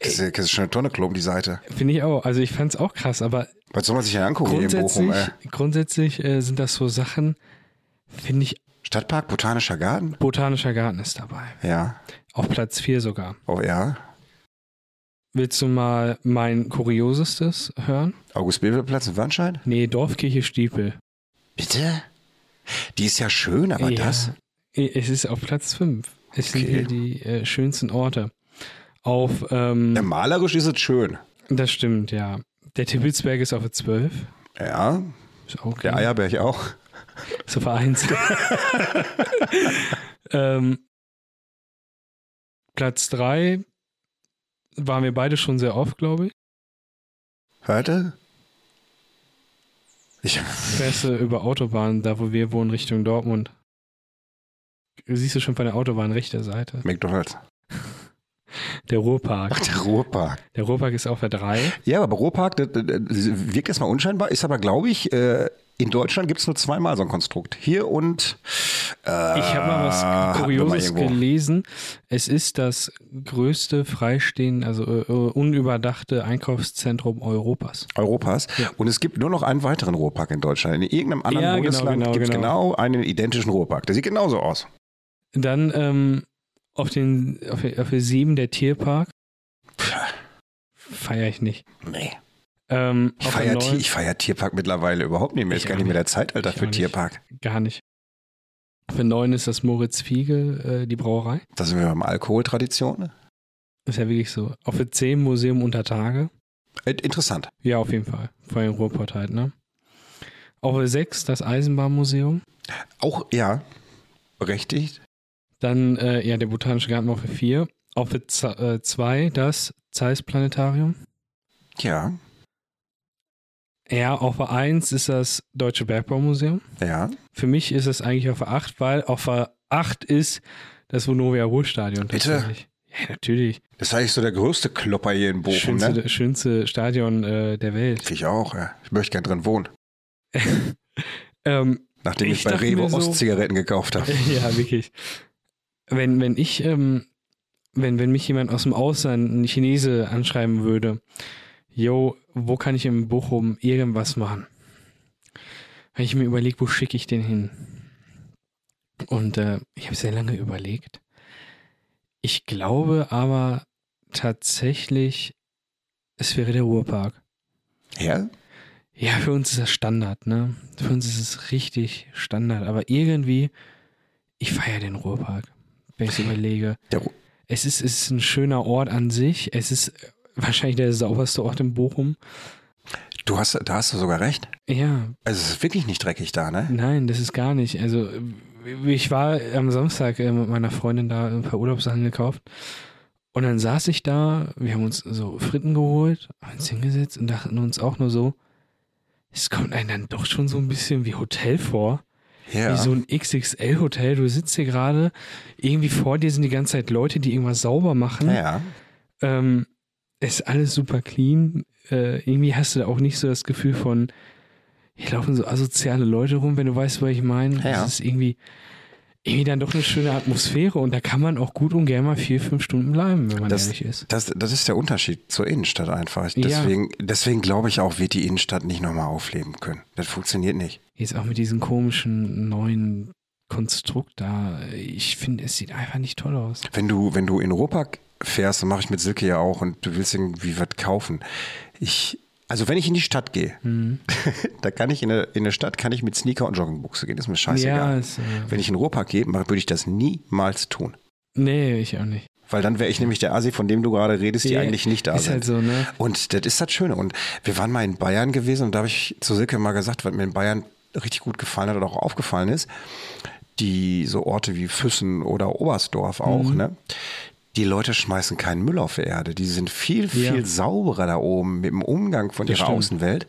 Speaker 2: Das ist, das ist schon eine Tonne kloppen, die Seite.
Speaker 3: Finde ich auch. Also ich fand es auch krass, aber
Speaker 2: Was soll man sich denn angucken hier in
Speaker 3: grundsätzlich,
Speaker 2: Bochum? Ey?
Speaker 3: grundsätzlich äh, sind das so Sachen, finde ich,
Speaker 2: Stadtpark, Botanischer Garten?
Speaker 3: Botanischer Garten ist dabei.
Speaker 2: Ja.
Speaker 3: Auf Platz 4 sogar.
Speaker 2: Oh ja.
Speaker 3: Willst du mal mein Kuriosestes hören?
Speaker 2: August Bebelplatz in Warnscheid?
Speaker 3: Nee, Dorfkirche Stiepel.
Speaker 2: Bitte? Die ist ja schön, aber
Speaker 3: Ja.
Speaker 2: das?
Speaker 3: Es ist auf Platz 5. Es sind
Speaker 2: Okay.
Speaker 3: hier die äh, schönsten Orte. Auf, ähm,
Speaker 2: Ja, malerisch ist es schön.
Speaker 3: das stimmt, ja. Der Tippelsberg ist auf der 12.
Speaker 2: Ja.
Speaker 3: Ist auch
Speaker 2: Der
Speaker 3: geil.
Speaker 2: Eierberg auch.
Speaker 3: Ist
Speaker 2: *laughs*
Speaker 3: auf 1. ähm, Platz 3 waren wir beide schon sehr oft, glaube ich.
Speaker 2: Hörte? Ich,
Speaker 3: Fährste über Autobahn, da wo wir wohnen, Richtung Dortmund. Siehst du schon von der Autobahn rechter Seite.
Speaker 2: McDonalds.
Speaker 3: Der Ruhrpark.
Speaker 2: Der Ruhrpark.
Speaker 3: Der Ruhrpark ist auf der 3.
Speaker 2: Ja, aber Ruhrpark, das, das das wirkt erstmal unscheinbar, ist aber, glaube ich, äh, in Deutschland gibt es nur zweimal so ein Konstrukt. Hier und. Äh,
Speaker 3: Ich habe mal was
Speaker 2: hatten wir mal
Speaker 3: Kurioses
Speaker 2: irgendwo.
Speaker 3: gelesen. Es ist das größte freistehende, also äh, äh, unüberdachte Einkaufszentrum Europas.
Speaker 2: Europas. Und es gibt nur noch einen weiteren Ruhrpark in Deutschland. In irgendeinem anderen
Speaker 3: Ja, genau,
Speaker 2: Bundesland
Speaker 3: genau,
Speaker 2: gibt es
Speaker 3: genau.
Speaker 2: genau einen identischen Ruhrpark. Der sieht genauso aus.
Speaker 3: Dann ähm, auf, den, auf, auf der 7 der Tierpark. Feiere ich nicht.
Speaker 2: Nee.
Speaker 3: Ähm,
Speaker 2: Ich
Speaker 3: auf der
Speaker 2: feiere
Speaker 3: neun-
Speaker 2: Tier, ich feier Tierpark mittlerweile überhaupt nicht mehr.
Speaker 3: Ich
Speaker 2: Ist gar
Speaker 3: auch
Speaker 2: nicht mehr der Zeitalter
Speaker 3: Ich auch
Speaker 2: für
Speaker 3: nicht.
Speaker 2: Tierpark.
Speaker 3: Gar nicht. Für neun ist das Moritz Fiege, äh, die Brauerei.
Speaker 2: Da sind wir beim Alkoholtradition. ne?
Speaker 3: Ist ja wirklich so. Auf der 10 Museum unter Tage.
Speaker 2: Äh, interessant.
Speaker 3: Ja, auf jeden Fall. Vor allem Ruhrpott halt, ne? Auf der 6 das Eisenbahnmuseum.
Speaker 2: Auch, ja, berechtigt.
Speaker 3: Dann, äh, ja, der Botanische Garten auf der 4. Auf der 2 das Zeiss Planetarium.
Speaker 2: Ja,
Speaker 3: Ja, auf der 1 ist das Deutsche Bergbaumuseum.
Speaker 2: ja.
Speaker 3: Für mich ist es eigentlich auf der 8, weil auf der 8 ist das Vonovia Ruhrstadion.
Speaker 2: Bitte?
Speaker 3: tatsächlich. Ja, natürlich.
Speaker 2: Das ist eigentlich so der größte Klopper hier in Bochum,
Speaker 3: schönste,
Speaker 2: ne?
Speaker 3: schönste Stadion äh, der Welt.
Speaker 2: Finde ich auch, ja. Ich möchte gern drin wohnen.
Speaker 3: Ähm,
Speaker 2: Nachdem
Speaker 3: Ich
Speaker 2: ich, bei
Speaker 3: dachte
Speaker 2: Rewe
Speaker 3: mir so-
Speaker 2: Ostzigaretten gekauft habe.
Speaker 3: *laughs* ja, wirklich. Wenn, wenn ich, ähm, wenn, wenn mich jemand aus dem Ausland, ein Chinese, anschreiben würde, yo, wo kann ich in Bochum irgendwas machen? Wenn ich mir überlege, wo schicke ich den hin? Und äh, ich habe sehr lange überlegt. Ich glaube aber tatsächlich, es wäre der Ruhrpark.
Speaker 2: Ja?
Speaker 3: Ja, für uns ist das Standard, ne? Für uns ist es richtig Standard. Aber irgendwie, ich feiere den Ruhrpark, wenn ich überlege.
Speaker 2: Der Ru-
Speaker 3: Es ist, es ist ein schöner Ort an sich. Es ist äh, wahrscheinlich der sauberste Ort in Bochum.
Speaker 2: Du hast, da hast du sogar recht.
Speaker 3: Ja,
Speaker 2: Also es ist wirklich nicht dreckig da, ne?
Speaker 3: nein, das ist gar nicht. Also, äh, ich war am Samstag äh, mit meiner Freundin da ein paar Urlaubssachen gekauft. Und dann saß ich da, wir haben uns so Fritten geholt, haben uns hingesetzt und dachten uns auch nur so, es kommt einem dann doch schon so ein bisschen wie Hotel vor.
Speaker 2: Ja.
Speaker 3: wie so ein XXL-Hotel. Du sitzt hier gerade, irgendwie vor dir sind die ganze Zeit Leute, die irgendwas sauber machen.
Speaker 2: Ja.
Speaker 3: Ähm, ist alles super clean. Äh, irgendwie hast du da auch nicht so das Gefühl von, hier laufen so asoziale Leute rum, wenn du weißt, was ich meine.
Speaker 2: Ja.
Speaker 3: Das ist irgendwie, irgendwie dann doch eine schöne Atmosphäre und da kann man auch gut und gerne mal vier, fünf Stunden bleiben, wenn man
Speaker 2: Das-
Speaker 3: ehrlich ist.
Speaker 2: Das, das ist der Unterschied zur Innenstadt einfach.
Speaker 3: Ja.
Speaker 2: Deswegen, deswegen glaube ich auch, wird die Innenstadt nicht nochmal aufleben können. Das funktioniert nicht.
Speaker 3: Jetzt auch mit diesem komischen neuen Konstrukt da. Ich finde, es sieht einfach nicht toll aus.
Speaker 2: Wenn du, wenn du in Ruhrpark fährst, dann mache ich mit Silke ja auch und du willst irgendwie was kaufen. Ich, also wenn ich in die Stadt gehe,
Speaker 3: Mhm.
Speaker 2: *laughs* da kann ich in eine, in eine Stadt kann ich mit Sneaker und Joggingbuchse gehen. Ist mir scheißegal.
Speaker 3: Ja, ist, äh,
Speaker 2: Wenn ich in den Ruhrpark gehe, mach- würde ich das niemals tun.
Speaker 3: nee, ich auch nicht.
Speaker 2: Weil dann wäre ich nämlich der Asi, von dem du gerade redest, die
Speaker 3: Ja,
Speaker 2: eigentlich nicht da
Speaker 3: ist
Speaker 2: sind.
Speaker 3: halt so, ne?
Speaker 2: Und das ist das Schöne. Und wir waren mal in Bayern gewesen und da habe ich zu Silke mal gesagt, was mir in Bayern richtig gut gefallen hat oder auch aufgefallen ist, die so Orte wie Füssen oder Oberstdorf auch,
Speaker 3: Mhm.
Speaker 2: ne? Die Leute schmeißen keinen Müll auf die Erde. Die sind viel,
Speaker 3: Ja.
Speaker 2: viel sauberer da oben mit dem Umgang von ihrer
Speaker 3: stimmt.
Speaker 2: Außenwelt.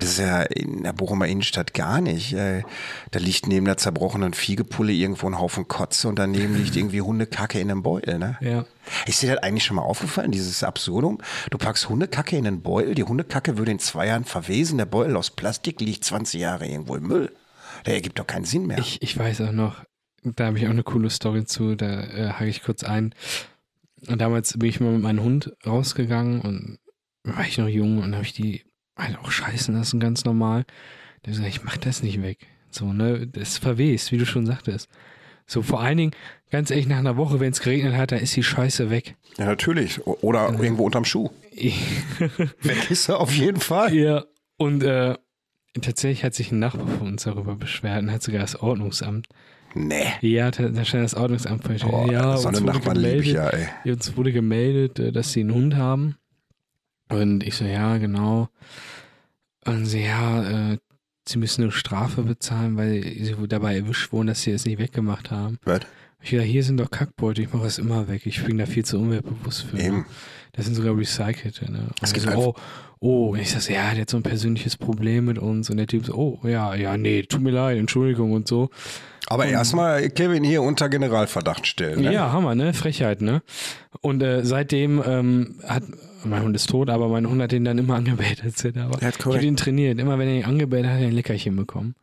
Speaker 2: Das ist ja in der Bochumer Innenstadt gar nicht. Äh, Da liegt neben der zerbrochenen Fiegepulle irgendwo ein Haufen Kotze und daneben
Speaker 3: *laughs*
Speaker 2: liegt irgendwie Hundekacke in einem Beutel. Ne?
Speaker 3: Ja.
Speaker 2: Ist dir das eigentlich schon mal aufgefallen, dieses Absurdum? Du packst Hundekacke in einen Beutel, die Hundekacke würde in zwei Jahren verwesen, der Beutel aus Plastik liegt 20 Jahre irgendwo im Müll. Der ergibt doch keinen Sinn mehr.
Speaker 3: Ich, ich weiß auch noch, da habe ich auch eine coole Story zu, da äh, hake ich kurz ein. Und damals bin ich mal mit meinem Hund rausgegangen und war ich noch jung und habe ich die halt auch scheißen lassen, ganz normal. Da habe ich gesagt, ich mach das nicht weg. So, ne, das verwest, wie du schon sagtest. So, vor allen Dingen, ganz ehrlich, nach einer Woche, wenn es geregnet hat, da ist die Scheiße weg. *laughs*
Speaker 2: ja, natürlich. O- Oder
Speaker 3: Mhm.
Speaker 2: irgendwo unterm Schuh. Weg ist er auf jeden Fall.
Speaker 3: Ja, und äh, tatsächlich hat sich ein Nachbar von uns darüber beschwert und hat sogar das Ordnungsamt.
Speaker 2: Nee.
Speaker 3: Ja, da, da stand das Ordnungsamt vor der Tür.
Speaker 2: Boah,
Speaker 3: ja,
Speaker 2: so
Speaker 3: uns
Speaker 2: eine
Speaker 3: wurde
Speaker 2: Nachbarn liebe ich ja, ey.
Speaker 3: ja, Uns wurde gemeldet, äh, dass sie einen Hund haben. Und ich so, ja, genau. Und sie, ja, äh, sie müssen eine Strafe bezahlen, weil sie wohl dabei erwischt wurden, dass sie es nicht weggemacht haben.
Speaker 2: Was?
Speaker 3: Ja, hier sind doch Kackbeutel, ich mache es immer weg. Ich bin da viel zu umweltbewusst für. ne?
Speaker 2: Eben.
Speaker 3: Das sind sogar recycelte. Ne? Und
Speaker 2: Es
Speaker 3: ich
Speaker 2: gibt
Speaker 3: so, oh,
Speaker 2: einfach-
Speaker 3: oh, und ich sag, so, ja, der hat so ein persönliches Problem mit uns. Und der Typ so, oh, ja, ja, nee, tut mir leid, Entschuldigung und so.
Speaker 2: Aber erstmal Kevin hier unter Generalverdacht stellen. Ne?
Speaker 3: Ja, Hammer, ne? Frechheit, ne? Und äh, seitdem ähm, hat, mein Hund ist tot, aber mein Hund hat den dann immer angebellt, *laughs* als er
Speaker 2: Ja,
Speaker 3: da war.
Speaker 2: ist
Speaker 3: ich habe
Speaker 2: korrekt.
Speaker 3: ihn trainiert. Immer wenn er ihn angebellt hat, hat er ein
Speaker 2: *laughs*
Speaker 3: Leckerchen bekommen.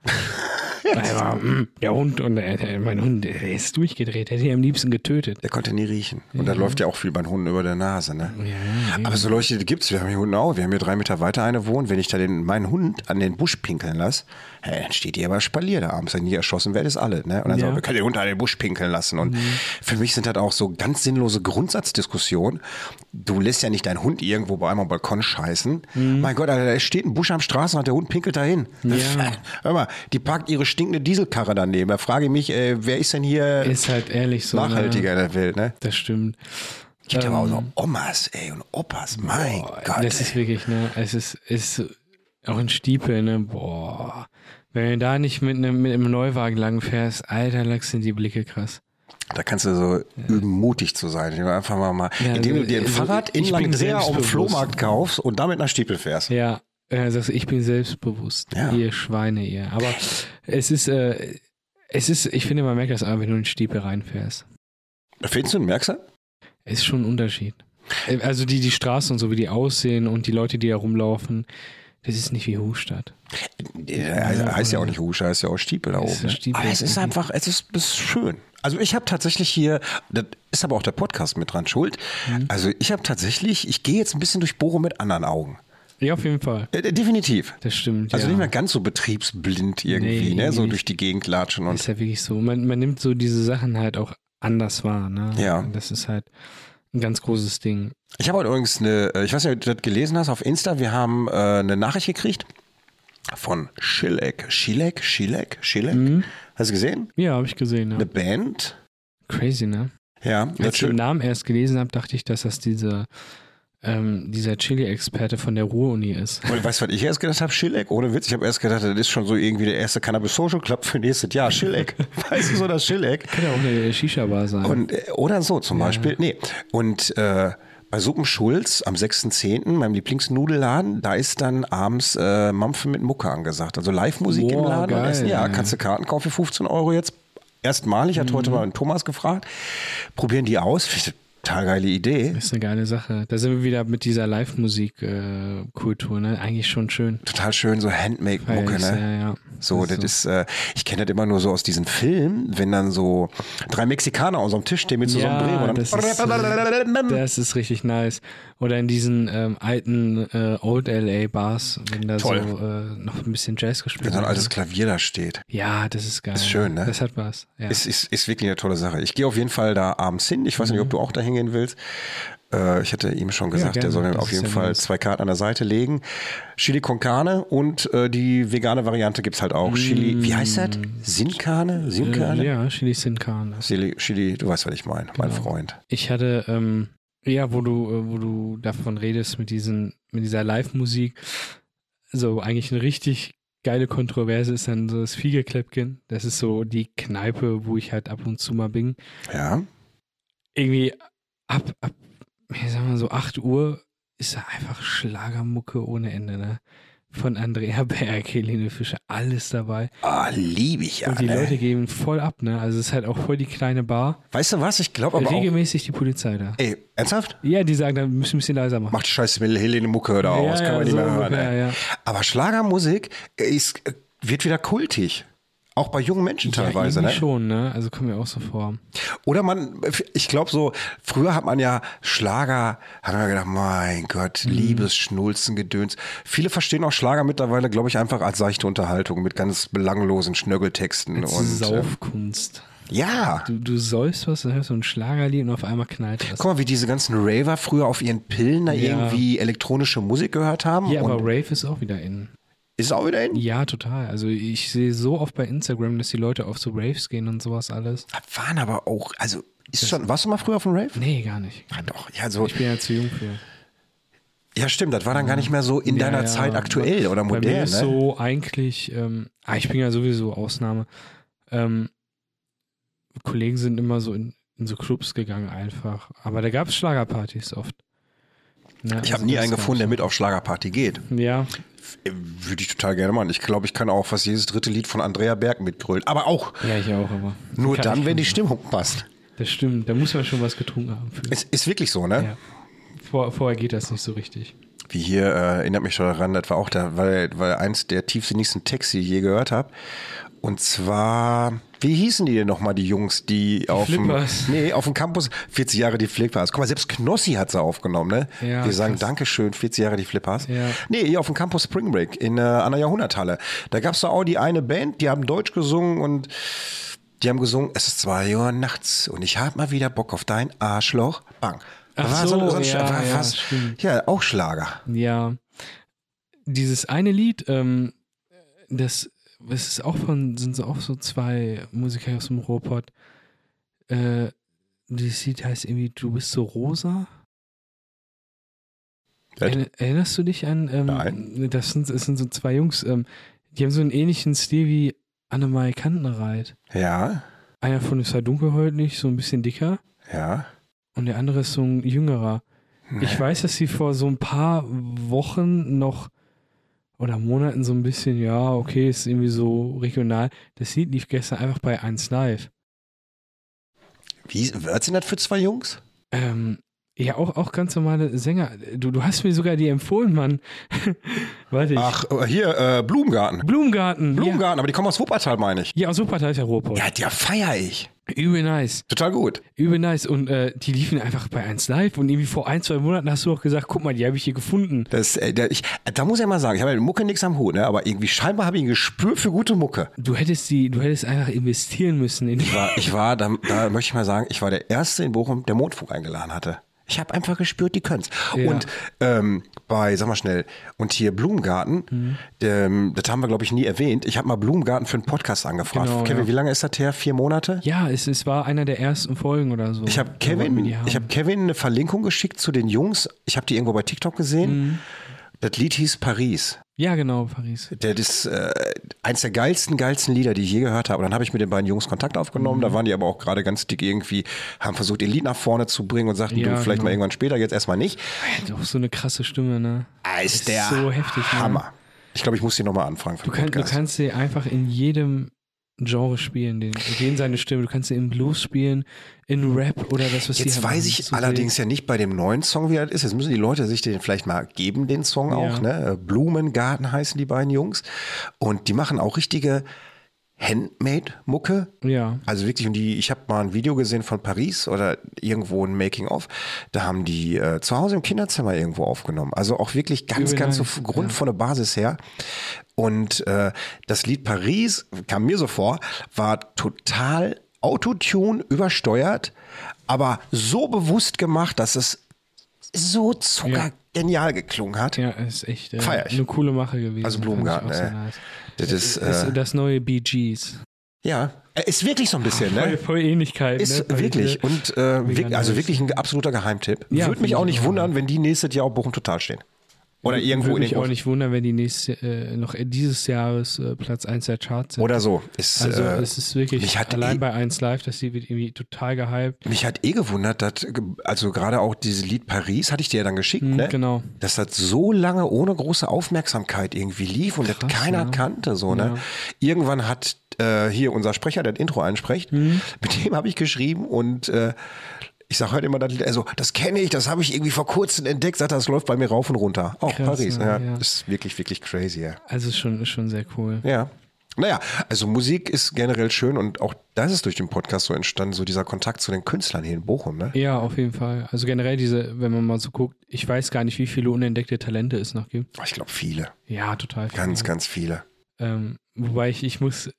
Speaker 3: Er war, "Mm, der Hund und äh, der- mein Hund der ist durchgedreht, hätte ihn am liebsten getötet.
Speaker 2: Der konnte nie riechen. Und da läuft ja auch viel bei den Hunden über der Nase. Ne?
Speaker 3: Mhm. Ja,
Speaker 2: Aber so Leute gibt es. Wir haben hier Hunde auch. Wir haben hier drei Meter weiter eine wohnt. Wenn ich da den, meinen Hund an den Busch pinkeln lasse, hey, dann steht die aber Spalier da abends. Wenn die erschossen wird, ist alle. Ne? Und dann
Speaker 3: Ja. Mhm.
Speaker 2: sagen wir, wir können den Hund an den Busch pinkeln lassen. Und für mich sind das auch so ganz sinnlose Grundsatzdiskussionen. Du lässt ja nicht deinen Hund irgendwo bei einem am Balkon scheißen. Mein Gott, Alter, da steht ein Busch am Straßenrand, der Hund pinkelt dahin.
Speaker 3: Mhm. Ja.
Speaker 2: *laughs* Hör mal, die parkt ihre stinkende Dieselkarre daneben. Da frage ich mich, äh, wer ist denn hier
Speaker 3: ist halt ehrlich so.
Speaker 2: nachhaltiger in der Welt? Ne?
Speaker 3: Ne? Das stimmt.
Speaker 2: Gibt aber auch noch um Omas, ey, und Opas, mein Gott.
Speaker 3: Ähm. Das
Speaker 2: ey.
Speaker 3: ist wirklich, ne? Es ist, ist auch ein Stiepel, ne? Boah. Wenn du da nicht mit einem mit einem Neuwagen langfährst, alter Lachs sind die Blicke krass.
Speaker 2: da kannst du so üben, mutig zu sein. Indem du Einfach mal, mal
Speaker 3: Ja,
Speaker 2: indem du dir ein
Speaker 3: also,
Speaker 2: Fahrrad in
Speaker 3: ich bin
Speaker 2: Langdreher auf dem
Speaker 3: selbstbewusst.
Speaker 2: Flohmarkt kaufst und damit nach Stiepel fährst.
Speaker 3: Ja, äh, sagst du, ich bin selbstbewusst.
Speaker 2: Ja.
Speaker 3: Ihr Schweine, ihr. Aber es ist, äh, es ist, ich finde, man merkt das aber, wenn du in den Stiepel reinfährst.
Speaker 2: Findest du, merkst du?
Speaker 3: Ist schon ein Unterschied. Äh, Also die, die Straßen und so, wie die aussehen und die Leute, die da rumlaufen, das ist nicht wie Hochstadt.
Speaker 2: Ja, heißt ja auch nicht Husche, heißt ja auch Stiepel da
Speaker 3: Ist
Speaker 2: oben. ne?
Speaker 3: Stiepel.
Speaker 2: Aber es ist einfach, es ist, es ist schön. Also ich habe tatsächlich hier, das ist aber auch der Podcast mit dran schuld.
Speaker 3: Mhm.
Speaker 2: Also ich habe tatsächlich, ich gehe jetzt ein bisschen durch Bochum mit anderen Augen.
Speaker 3: Ja, auf jeden Fall.
Speaker 2: Äh, definitiv.
Speaker 3: Das stimmt.
Speaker 2: Also
Speaker 3: ja.
Speaker 2: nicht mehr ganz so betriebsblind irgendwie,
Speaker 3: Nee,
Speaker 2: ne? So
Speaker 3: nicht.
Speaker 2: durch die Gegend latschen und
Speaker 3: Ist ja wirklich so. Man, man nimmt so diese Sachen halt auch anders wahr. Ne?
Speaker 2: Ja.
Speaker 3: Das ist halt ein ganz großes Ding.
Speaker 2: Ich habe heute übrigens eine, äh, ich weiß nicht, ob du das gelesen hast auf Insta, wir haben äh, eine Nachricht gekriegt von Schilleck. Schilleck? Schilleck? Schilleck? Hast du gesehen?
Speaker 3: Ja, habe ich gesehen. Mhm. Ja.
Speaker 2: Eine Band?
Speaker 3: Crazy, ne?
Speaker 2: Ja,
Speaker 3: Als
Speaker 2: das
Speaker 3: ich den
Speaker 2: schön.
Speaker 3: Namen erst gelesen habe, dachte ich, dass das dieser, ähm, dieser Chili-Experte von der Ruhr-Uni ist.
Speaker 2: Und weißt du, was ich erst gedacht habe? Schilleck? Ohne Witz. Ich habe erst gedacht, das ist schon so irgendwie der erste Cannabis Social Club für nächstes Jahr. Schilleck. weißt du so, das Schilleck?
Speaker 3: Kann ja auch eine Shisha-Bar sein.
Speaker 2: Und, äh, oder so zum Beispiel. Nee. Und äh, bei Suppen Schulz am 6.10., meinem Lieblingsnudelladen, da ist dann abends äh, Mampfen mit Mucke angesagt. Also Live-Musik im
Speaker 3: Boah,
Speaker 2: Laden. und
Speaker 3: geil. Mhm.
Speaker 2: Essen. Ja, kannst du Karten kaufen für 15 Euro jetzt. Erstmalig, hat heute mal einen Thomas gefragt. Probieren die aus. Finde ich eine total geile Idee.
Speaker 3: Das ist eine geile Sache. Da sind wir wieder mit dieser Live-Musik-Kultur, ne? Eigentlich schon schön.
Speaker 2: Total schön, so Handmade-Mucke,
Speaker 3: Feier ich's,
Speaker 2: ne?
Speaker 3: Ja, ja.
Speaker 2: So, das ist, äh, ich kenne das immer nur so aus diesen Filmen, wenn dann so drei Mexikaner an so einem Tisch stehen mit so
Speaker 3: Ja,
Speaker 2: Sombrero. und *laughs*
Speaker 3: das
Speaker 2: dann-
Speaker 3: ist, äh, das ist richtig nice. Oder in diesen ähm, alten äh, Old LA Bars, wenn da
Speaker 2: Toll.
Speaker 3: so äh, noch ein bisschen Jazz gespielt
Speaker 2: wenn so ein
Speaker 3: wird.
Speaker 2: altes Klavier da steht.
Speaker 3: Ja, das ist geil.
Speaker 2: Ist schön, ne?
Speaker 3: Das hat was. Ja.
Speaker 2: Ist, ist, ist wirklich eine tolle Sache. Ich gehe auf jeden Fall da abends hin. Ich weiß nicht, ob du auch da hingehen willst. Äh, ich hatte ihm schon gesagt,
Speaker 3: Mhm. gerne.
Speaker 2: der soll mir
Speaker 3: Das
Speaker 2: auf
Speaker 3: ist
Speaker 2: jeden
Speaker 3: ja
Speaker 2: Fall
Speaker 3: nice.
Speaker 2: zwei Karten an der Seite legen. Chili con Carne und äh, die vegane Variante gibt es halt auch. Chili, wie heißt das? Sinkane? Sinkane?
Speaker 3: Mm. äh, ja, Genau. Chili Sin Carne.
Speaker 2: Chili, Chili, du weißt, was ich meine, mein Freund.
Speaker 3: Ich hatte, ähm, ja, wo du, äh, wo du davon redest mit diesen, mit dieser Live-Musik, so eigentlich eine richtig geile Kontroverse ist dann so das Fiegerkläppchen. Das ist so die Kneipe, wo ich halt ab und zu mal bin.
Speaker 2: Ja.
Speaker 3: irgendwie ab, ab ich sag mal so 8 Uhr ist da einfach Schlagermucke ohne Ende, ne? Von Andrea *laughs* Berg, Helene Fischer, alles dabei.
Speaker 2: Ah, liebe ich ja.
Speaker 3: Und die
Speaker 2: ne?
Speaker 3: Leute geben voll ab, ne? Also es ist halt auch voll die kleine Bar.
Speaker 2: Weißt du was? Ich glaube aber auch.
Speaker 3: Regelmäßig die Polizei da.
Speaker 2: Ey, ernsthaft?
Speaker 3: Ja, die sagen, dann müssen wir ein bisschen leiser machen.
Speaker 2: Macht scheiße Helene Mucke oder
Speaker 3: Ja,
Speaker 2: aus. Kann
Speaker 3: ja,
Speaker 2: man nicht mehr
Speaker 3: so
Speaker 2: hören.
Speaker 3: ungefähr,
Speaker 2: ey.
Speaker 3: ja.
Speaker 2: Aber Schlagermusik ist, äh, wird wieder kultig. Auch bei jungen Menschen teilweise,
Speaker 3: ja,
Speaker 2: ne?
Speaker 3: irgendwie schon, ne? Also kommt mir auch so vor.
Speaker 2: Oder man, ich glaube so, früher hat man ja Schlager, hat man gedacht, mein Gott,
Speaker 3: Mhm.
Speaker 2: Liebesschnulzen, Gedöns. Viele verstehen auch Schlager mittlerweile, glaube ich, einfach als seichte Unterhaltung mit ganz belanglosen Schnörgeltexten.
Speaker 3: Das ist
Speaker 2: Und, äh,
Speaker 3: Saufkunst.
Speaker 2: ja.
Speaker 3: Du, du säufst was, dann hörst du ein Schlagerlied und auf einmal knallt das.
Speaker 2: Guck mal, wie diese ganzen Raver früher auf ihren Pillen da
Speaker 3: Ja.
Speaker 2: irgendwie elektronische Musik gehört haben.
Speaker 3: Ja, aber
Speaker 2: und
Speaker 3: Rave ist auch wieder in.
Speaker 2: ist auch wieder in?
Speaker 3: Ja, total. Also ich sehe so oft bei Instagram, dass die Leute auf so Raves gehen und sowas alles.
Speaker 2: Waren aber auch, also ist schon, warst du mal früher auf dem Rave?
Speaker 3: Nee, gar nicht.
Speaker 2: Ja, doch, ja, so,
Speaker 3: Ich bin ja zu jung für.
Speaker 2: ja stimmt, das war dann gar nicht mehr so in
Speaker 3: Ja,
Speaker 2: deiner
Speaker 3: ja.
Speaker 2: Zeit aktuell oder
Speaker 3: Bei
Speaker 2: modern.
Speaker 3: mir ist
Speaker 2: ne?
Speaker 3: so eigentlich, ähm, ah, ich bin ja sowieso Ausnahme. Ähm, Kollegen sind immer so in, in so Clubs gegangen einfach. Aber da gab es Schlagerpartys oft. Ne,
Speaker 2: Ich
Speaker 3: also
Speaker 2: habe nie
Speaker 3: das
Speaker 2: einen
Speaker 3: gab's
Speaker 2: gefunden, der
Speaker 3: schon.
Speaker 2: mit auf Schlagerparty geht.
Speaker 3: Ja,
Speaker 2: Äh, Würde ich total gerne machen. Ich glaube, ich kann auch fast jedes dritte Lied von Andrea Berg mitgrölen. Aber auch
Speaker 3: ja, ich auch, aber.
Speaker 2: nur
Speaker 3: Kann
Speaker 2: dann,
Speaker 3: ich
Speaker 2: wenn die
Speaker 3: schon-
Speaker 2: Stimmung passt.
Speaker 3: Das stimmt, da muss man schon was getrunken haben. Für.
Speaker 2: Es ist wirklich so, ne?
Speaker 3: Ja. Vor, vorher geht das nicht so richtig.
Speaker 2: Wie hier äh, erinnert mich schon daran, das war auch da, weil, weil eins der tiefsinnigsten Texte, die ich je gehört habe. Und zwar, wie hießen die denn nochmal, die Jungs, die, auf dem *laughs*
Speaker 3: Flippers.
Speaker 2: nee, auf dem Campus 40 Jahre die Flippers. Guck mal, selbst Knossi hat sie aufgenommen, ne?
Speaker 3: Ja,
Speaker 2: Wir sagen
Speaker 3: krass.
Speaker 2: Dankeschön, 40 Jahre die Flippers.
Speaker 3: Ja.
Speaker 2: Nee, hier auf dem Campus Spring Break in äh, an der Jahrhunderthalle. Da gab es da auch die eine Band, die haben Deutsch gesungen und die haben gesungen, es ist zwei Uhr nachts und ich hab mal wieder Bock auf dein Arschloch. Bang.
Speaker 3: Ach so, ja, ja,
Speaker 2: fast,
Speaker 3: stimmt.
Speaker 2: ja, auch Schlager.
Speaker 3: Ja. Dieses eine Lied, ähm, das, das ist auch von, sind so auch so zwei Musiker aus dem Ruhrpott. Äh, dieses Lied heißt irgendwie Du bist so rosa.
Speaker 2: Was?
Speaker 3: Erinn- Erinnerst du dich an? Ähm,
Speaker 2: Nein.
Speaker 3: Das sind, das sind so zwei Jungs, ähm, die haben so einen ähnlichen Stil wie Annemai Kantenreit.
Speaker 2: Ja,
Speaker 3: Einer von ist ja dunkelhäutig, so ein bisschen dicker.
Speaker 2: ja.
Speaker 3: Und der andere ist so ein jüngerer. Ich weiß, dass sie vor so ein paar Wochen noch oder Monaten so ein bisschen, ja, okay, ist irgendwie so regional. Das Lied lief gestern einfach bei 1 Live.
Speaker 2: Wie, was sind das für zwei Jungs?
Speaker 3: Ähm, ja, auch, auch ganz normale Sänger. Du, du hast mir sogar die empfohlen, Mann. *laughs* Warte, ich.
Speaker 2: Ach, äh, hier, äh, Blumengarten.
Speaker 3: Blumengarten. Ja,
Speaker 2: Blumengarten, aber die kommen aus Wuppertal, meine ich.
Speaker 3: ja aus Wuppertal ist ja Ruhrpott.
Speaker 2: Ja, der feier ich.
Speaker 3: Übel nice.
Speaker 2: Total gut.
Speaker 3: Übel nice. Und äh, die liefen einfach bei 1 Live. Und irgendwie vor ein, zwei Monaten hast du auch gesagt, guck mal, die habe ich hier gefunden.
Speaker 2: Das, äh, der, ich, äh, da muss ich mal sagen, ich habe ja mit Mucke nichts am Hut, ne? aber irgendwie scheinbar habe ich ein Gespür für gute Mucke.
Speaker 3: Du hättest die, du hättest einfach investieren müssen in die.
Speaker 2: Ich war, ich war da, da möchte ich mal sagen, ich war der Erste in Bochum, der Mondfunk eingeladen hatte. Ich habe einfach gespürt, die können's.
Speaker 3: Ja.
Speaker 2: Und ähm, bei, sag mal schnell, und hier Blumengarten,
Speaker 3: Mhm.
Speaker 2: ähm, das haben wir, glaube ich, nie erwähnt. Ich habe mal Blumengarten für einen Podcast angefragt.
Speaker 3: Genau,
Speaker 2: Kevin,
Speaker 3: ja.
Speaker 2: wie lange ist das her? Vier Monate?
Speaker 3: Ja, es, es war einer der ersten Folgen oder so.
Speaker 2: Ich habe
Speaker 3: Da wollten wir
Speaker 2: Kevin,
Speaker 3: die haben.
Speaker 2: ich hab Kevin eine Verlinkung geschickt zu den Jungs. Ich habe die irgendwo bei TikTok gesehen.
Speaker 3: Mhm.
Speaker 2: Das Lied hieß Paris.
Speaker 3: ja, genau, Paris.
Speaker 2: Das ist äh, eins der geilsten, geilsten Lieder, die ich je gehört habe. Und dann habe ich mit den beiden Jungs Kontakt aufgenommen.
Speaker 3: Mhm.
Speaker 2: Da waren die aber auch gerade ganz dick irgendwie, haben versucht, ihr Lied nach vorne zu bringen und sagten,
Speaker 3: Ja,
Speaker 2: du, vielleicht
Speaker 3: genau.
Speaker 2: mal irgendwann später, jetzt erstmal nicht.
Speaker 3: Er hat auch so eine krasse Stimme, ne?
Speaker 2: Ah, ist
Speaker 3: Ist
Speaker 2: der
Speaker 3: so heftig, ne?
Speaker 2: Hammer. Ich glaube, ich muss die nochmal anfragen. für
Speaker 3: Du,
Speaker 2: den
Speaker 3: kann, du
Speaker 2: Podcast.
Speaker 3: kannst sie einfach in jedem Genre spielen, den, den seine Stimme. Du kannst sie im Blues spielen, in Rap oder das, was die
Speaker 2: Jetzt
Speaker 3: haben.
Speaker 2: weiß ich
Speaker 3: So
Speaker 2: allerdings ja nicht bei dem neuen Song, wie das ist. Jetzt müssen die Leute sich den vielleicht mal geben, den Song auch. Ne? Blumengarten heißen die beiden Jungs. Und die machen auch richtige Handmade-Mucke.
Speaker 3: wild. Ja.
Speaker 2: Also wirklich, und die, ich habe mal ein Video gesehen von Paris oder irgendwo ein Making-of. Da haben die äh, zu Hause im Kinderzimmer irgendwo aufgenommen. Also auch wirklich ganz,
Speaker 3: Übel
Speaker 2: ganz
Speaker 3: nice,
Speaker 2: so grundvolle Basis her. Und äh, das Lied Paris, kam mir so vor, war total Autotune übersteuert, aber so bewusst gemacht, dass es so zuckergenial geklungen hat.
Speaker 3: Ja, ist echt äh,
Speaker 2: Feier ich.
Speaker 3: eine coole Mache gewesen.
Speaker 2: Also
Speaker 3: Fand ich
Speaker 2: Blumengarten,
Speaker 3: auch sehr
Speaker 2: ey.
Speaker 3: nice.
Speaker 2: Das ist,
Speaker 3: Das,
Speaker 2: äh,
Speaker 3: das neue Bee Gees.
Speaker 2: ja, ist wirklich so ein bisschen, ne?
Speaker 3: Voll, voll Ähnlichkeit. ne?
Speaker 2: Ist
Speaker 3: Weil
Speaker 2: wirklich
Speaker 3: diese-
Speaker 2: und äh,
Speaker 3: Mega
Speaker 2: wirk- also
Speaker 3: nice.
Speaker 2: wirklich ein absoluter Geheimtipp.
Speaker 3: Ja,
Speaker 2: Würde
Speaker 3: finde
Speaker 2: mich auch
Speaker 3: ich
Speaker 2: nicht
Speaker 3: auch.
Speaker 2: wundern, wenn die nächstes Jahr auf Bochum total stehen. Oder irgendwo in
Speaker 3: Würde mich
Speaker 2: den
Speaker 3: auch nicht wundern, wenn die nächste, äh, noch dieses Jahres äh, Platz 1 der Charts sind.
Speaker 2: oder so. Ist,
Speaker 3: Also
Speaker 2: äh,
Speaker 3: es ist wirklich
Speaker 2: mich hat
Speaker 3: allein
Speaker 2: eh-
Speaker 3: bei 1 Live, dass die wird irgendwie total gehypt.
Speaker 2: mich hat eh gewundert, dass, ge- also gerade auch dieses Lied Paris hatte ich dir ja dann geschickt,
Speaker 3: Mhm,
Speaker 2: ne?
Speaker 3: Genau.
Speaker 2: dass das so lange ohne große Aufmerksamkeit irgendwie lief und das keiner
Speaker 3: ja.
Speaker 2: kannte. So, ne? Irgendwann hat äh, hier unser Sprecher, der das Intro einspricht,
Speaker 3: Mhm.
Speaker 2: mit dem habe ich geschrieben und äh, ich sage heute immer, das Lied, also das kenne ich, das habe ich irgendwie vor kurzem entdeckt, sagt er, das läuft bei mir rauf und runter. Auch
Speaker 3: Krass,
Speaker 2: Paris.
Speaker 3: ne?
Speaker 2: Ja,
Speaker 3: Ja.
Speaker 2: Ist wirklich, wirklich crazy. Ja.
Speaker 3: Also ist schon, ist schon sehr cool.
Speaker 2: ja. Naja, also Musik ist generell schön und auch das ist durch den Podcast so entstanden, so dieser Kontakt zu den Künstlern hier in Bochum. Ne?
Speaker 3: Ja, auf jeden Fall. Also generell diese, wenn man mal so guckt, ich weiß gar nicht, wie viele unentdeckte Talente es noch gibt.
Speaker 2: Ich glaube, viele.
Speaker 3: Ja, total. viele.
Speaker 2: Ganz, ganz viele.
Speaker 3: Ähm, wobei ich, ich muss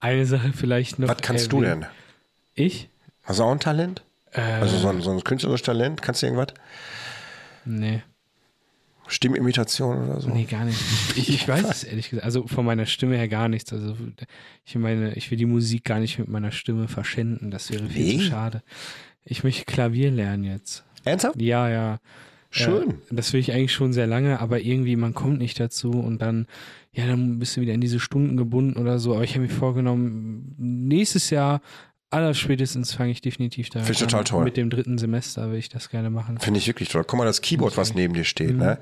Speaker 3: eine Sache vielleicht noch.
Speaker 2: Was kannst du
Speaker 3: erwähnen.
Speaker 2: denn?
Speaker 3: Ich?
Speaker 2: Hast du auch ein Talent?
Speaker 3: Äh,
Speaker 2: Also so ein, so ein künstlerisches Talent, kannst du irgendwas?
Speaker 3: nee,
Speaker 2: Stimmimitation oder so?
Speaker 3: nee, gar nicht. Ich, ich weiß es ehrlich gesagt. Also von meiner Stimme her gar nichts. Also ich meine, ich will die Musik gar nicht mit meiner Stimme verschenden. Das wäre viel
Speaker 2: Wie?
Speaker 3: zu schade. Ich möchte Klavier lernen jetzt.
Speaker 2: Ernsthaft?
Speaker 3: Ja, ja.
Speaker 2: Schön.
Speaker 3: Ja, das will ich eigentlich schon sehr lange, aber irgendwie, man kommt nicht dazu und dann, ja, dann bist du wieder in diese Stunden gebunden oder so. Aber ich habe mir vorgenommen, nächstes Jahr Allerspätestens fange ich definitiv da
Speaker 2: Finde ich total toll.
Speaker 3: Mit dem dritten Semester will ich das gerne machen.
Speaker 2: Finde ich wirklich toll. Guck mal, das Keyboard, was
Speaker 3: Muss ich-
Speaker 2: neben dir steht,
Speaker 3: Mhm.
Speaker 2: ne?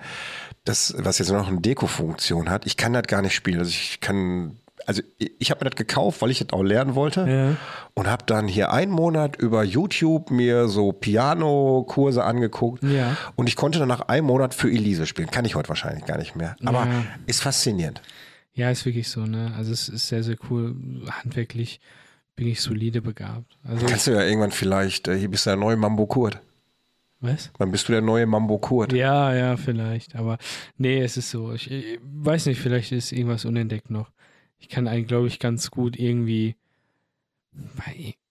Speaker 2: Das, was jetzt noch eine Deko-Funktion hat, ich kann das gar nicht spielen. Also ich kann, also ich, ich habe mir das gekauft, weil ich das auch lernen wollte.
Speaker 3: Ja.
Speaker 2: Und habe dann hier einen Monat über YouTube mir so Piano-Kurse angeguckt.
Speaker 3: Ja.
Speaker 2: Und ich konnte dann nach einem Monat für Elise spielen. Kann ich heute wahrscheinlich gar nicht mehr. Aber
Speaker 3: Ja.
Speaker 2: ist faszinierend.
Speaker 3: Ja, ist wirklich so, ne? Also es ist sehr, sehr cool. Handwerklich bin ich solide begabt. Also
Speaker 2: Kannst Mhm. du ja irgendwann vielleicht, äh, hier bist du der neue Mambo Kurt.
Speaker 3: was?
Speaker 2: Dann bist du der neue Mambo Kurt.
Speaker 3: Ja, ja, vielleicht. Aber nee, es ist so. Ich, ich weiß nicht, vielleicht ist irgendwas unentdeckt noch. Ich kann einen, glaube ich, ganz gut irgendwie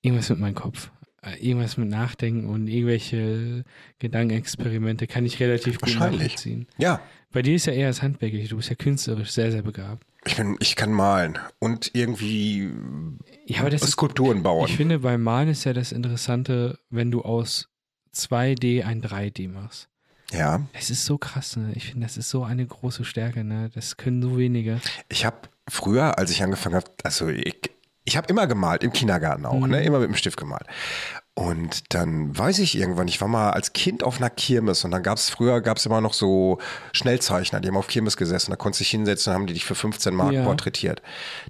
Speaker 3: irgendwas mit meinem Kopf. äh, Irgendwas mit Nachdenken und irgendwelche Gedankenexperimente kann ich relativ gut
Speaker 2: Wahrscheinlich.
Speaker 3: nachvollziehen.
Speaker 2: ja.
Speaker 3: Bei dir ist ja eher das Handwerkliche, du bist ja künstlerisch sehr, sehr begabt.
Speaker 2: Ich, bin, ich kann malen und irgendwie
Speaker 3: Ja, aber das ist
Speaker 2: Skulpturen bauen.
Speaker 3: Ich finde, beim Malen ist ja das Interessante, wenn du aus 2D ein 3D machst.
Speaker 2: ja.
Speaker 3: Das ist so krass, ne? Ich finde, das ist so eine große Stärke, ne? Das können so wenige.
Speaker 2: Ich habe früher, als ich angefangen habe, also ich, ich habe immer gemalt, im Kindergarten auch, ne? immer mit dem Stift gemalt. Und dann weiß ich irgendwann, ich war mal als Kind auf einer Kirmes und dann gab es früher gab es immer noch so Schnellzeichner, die haben auf Kirmes gesessen, da konntest du dich hinsetzen, dann haben die dich für 15 Mark
Speaker 3: Ja.
Speaker 2: porträtiert.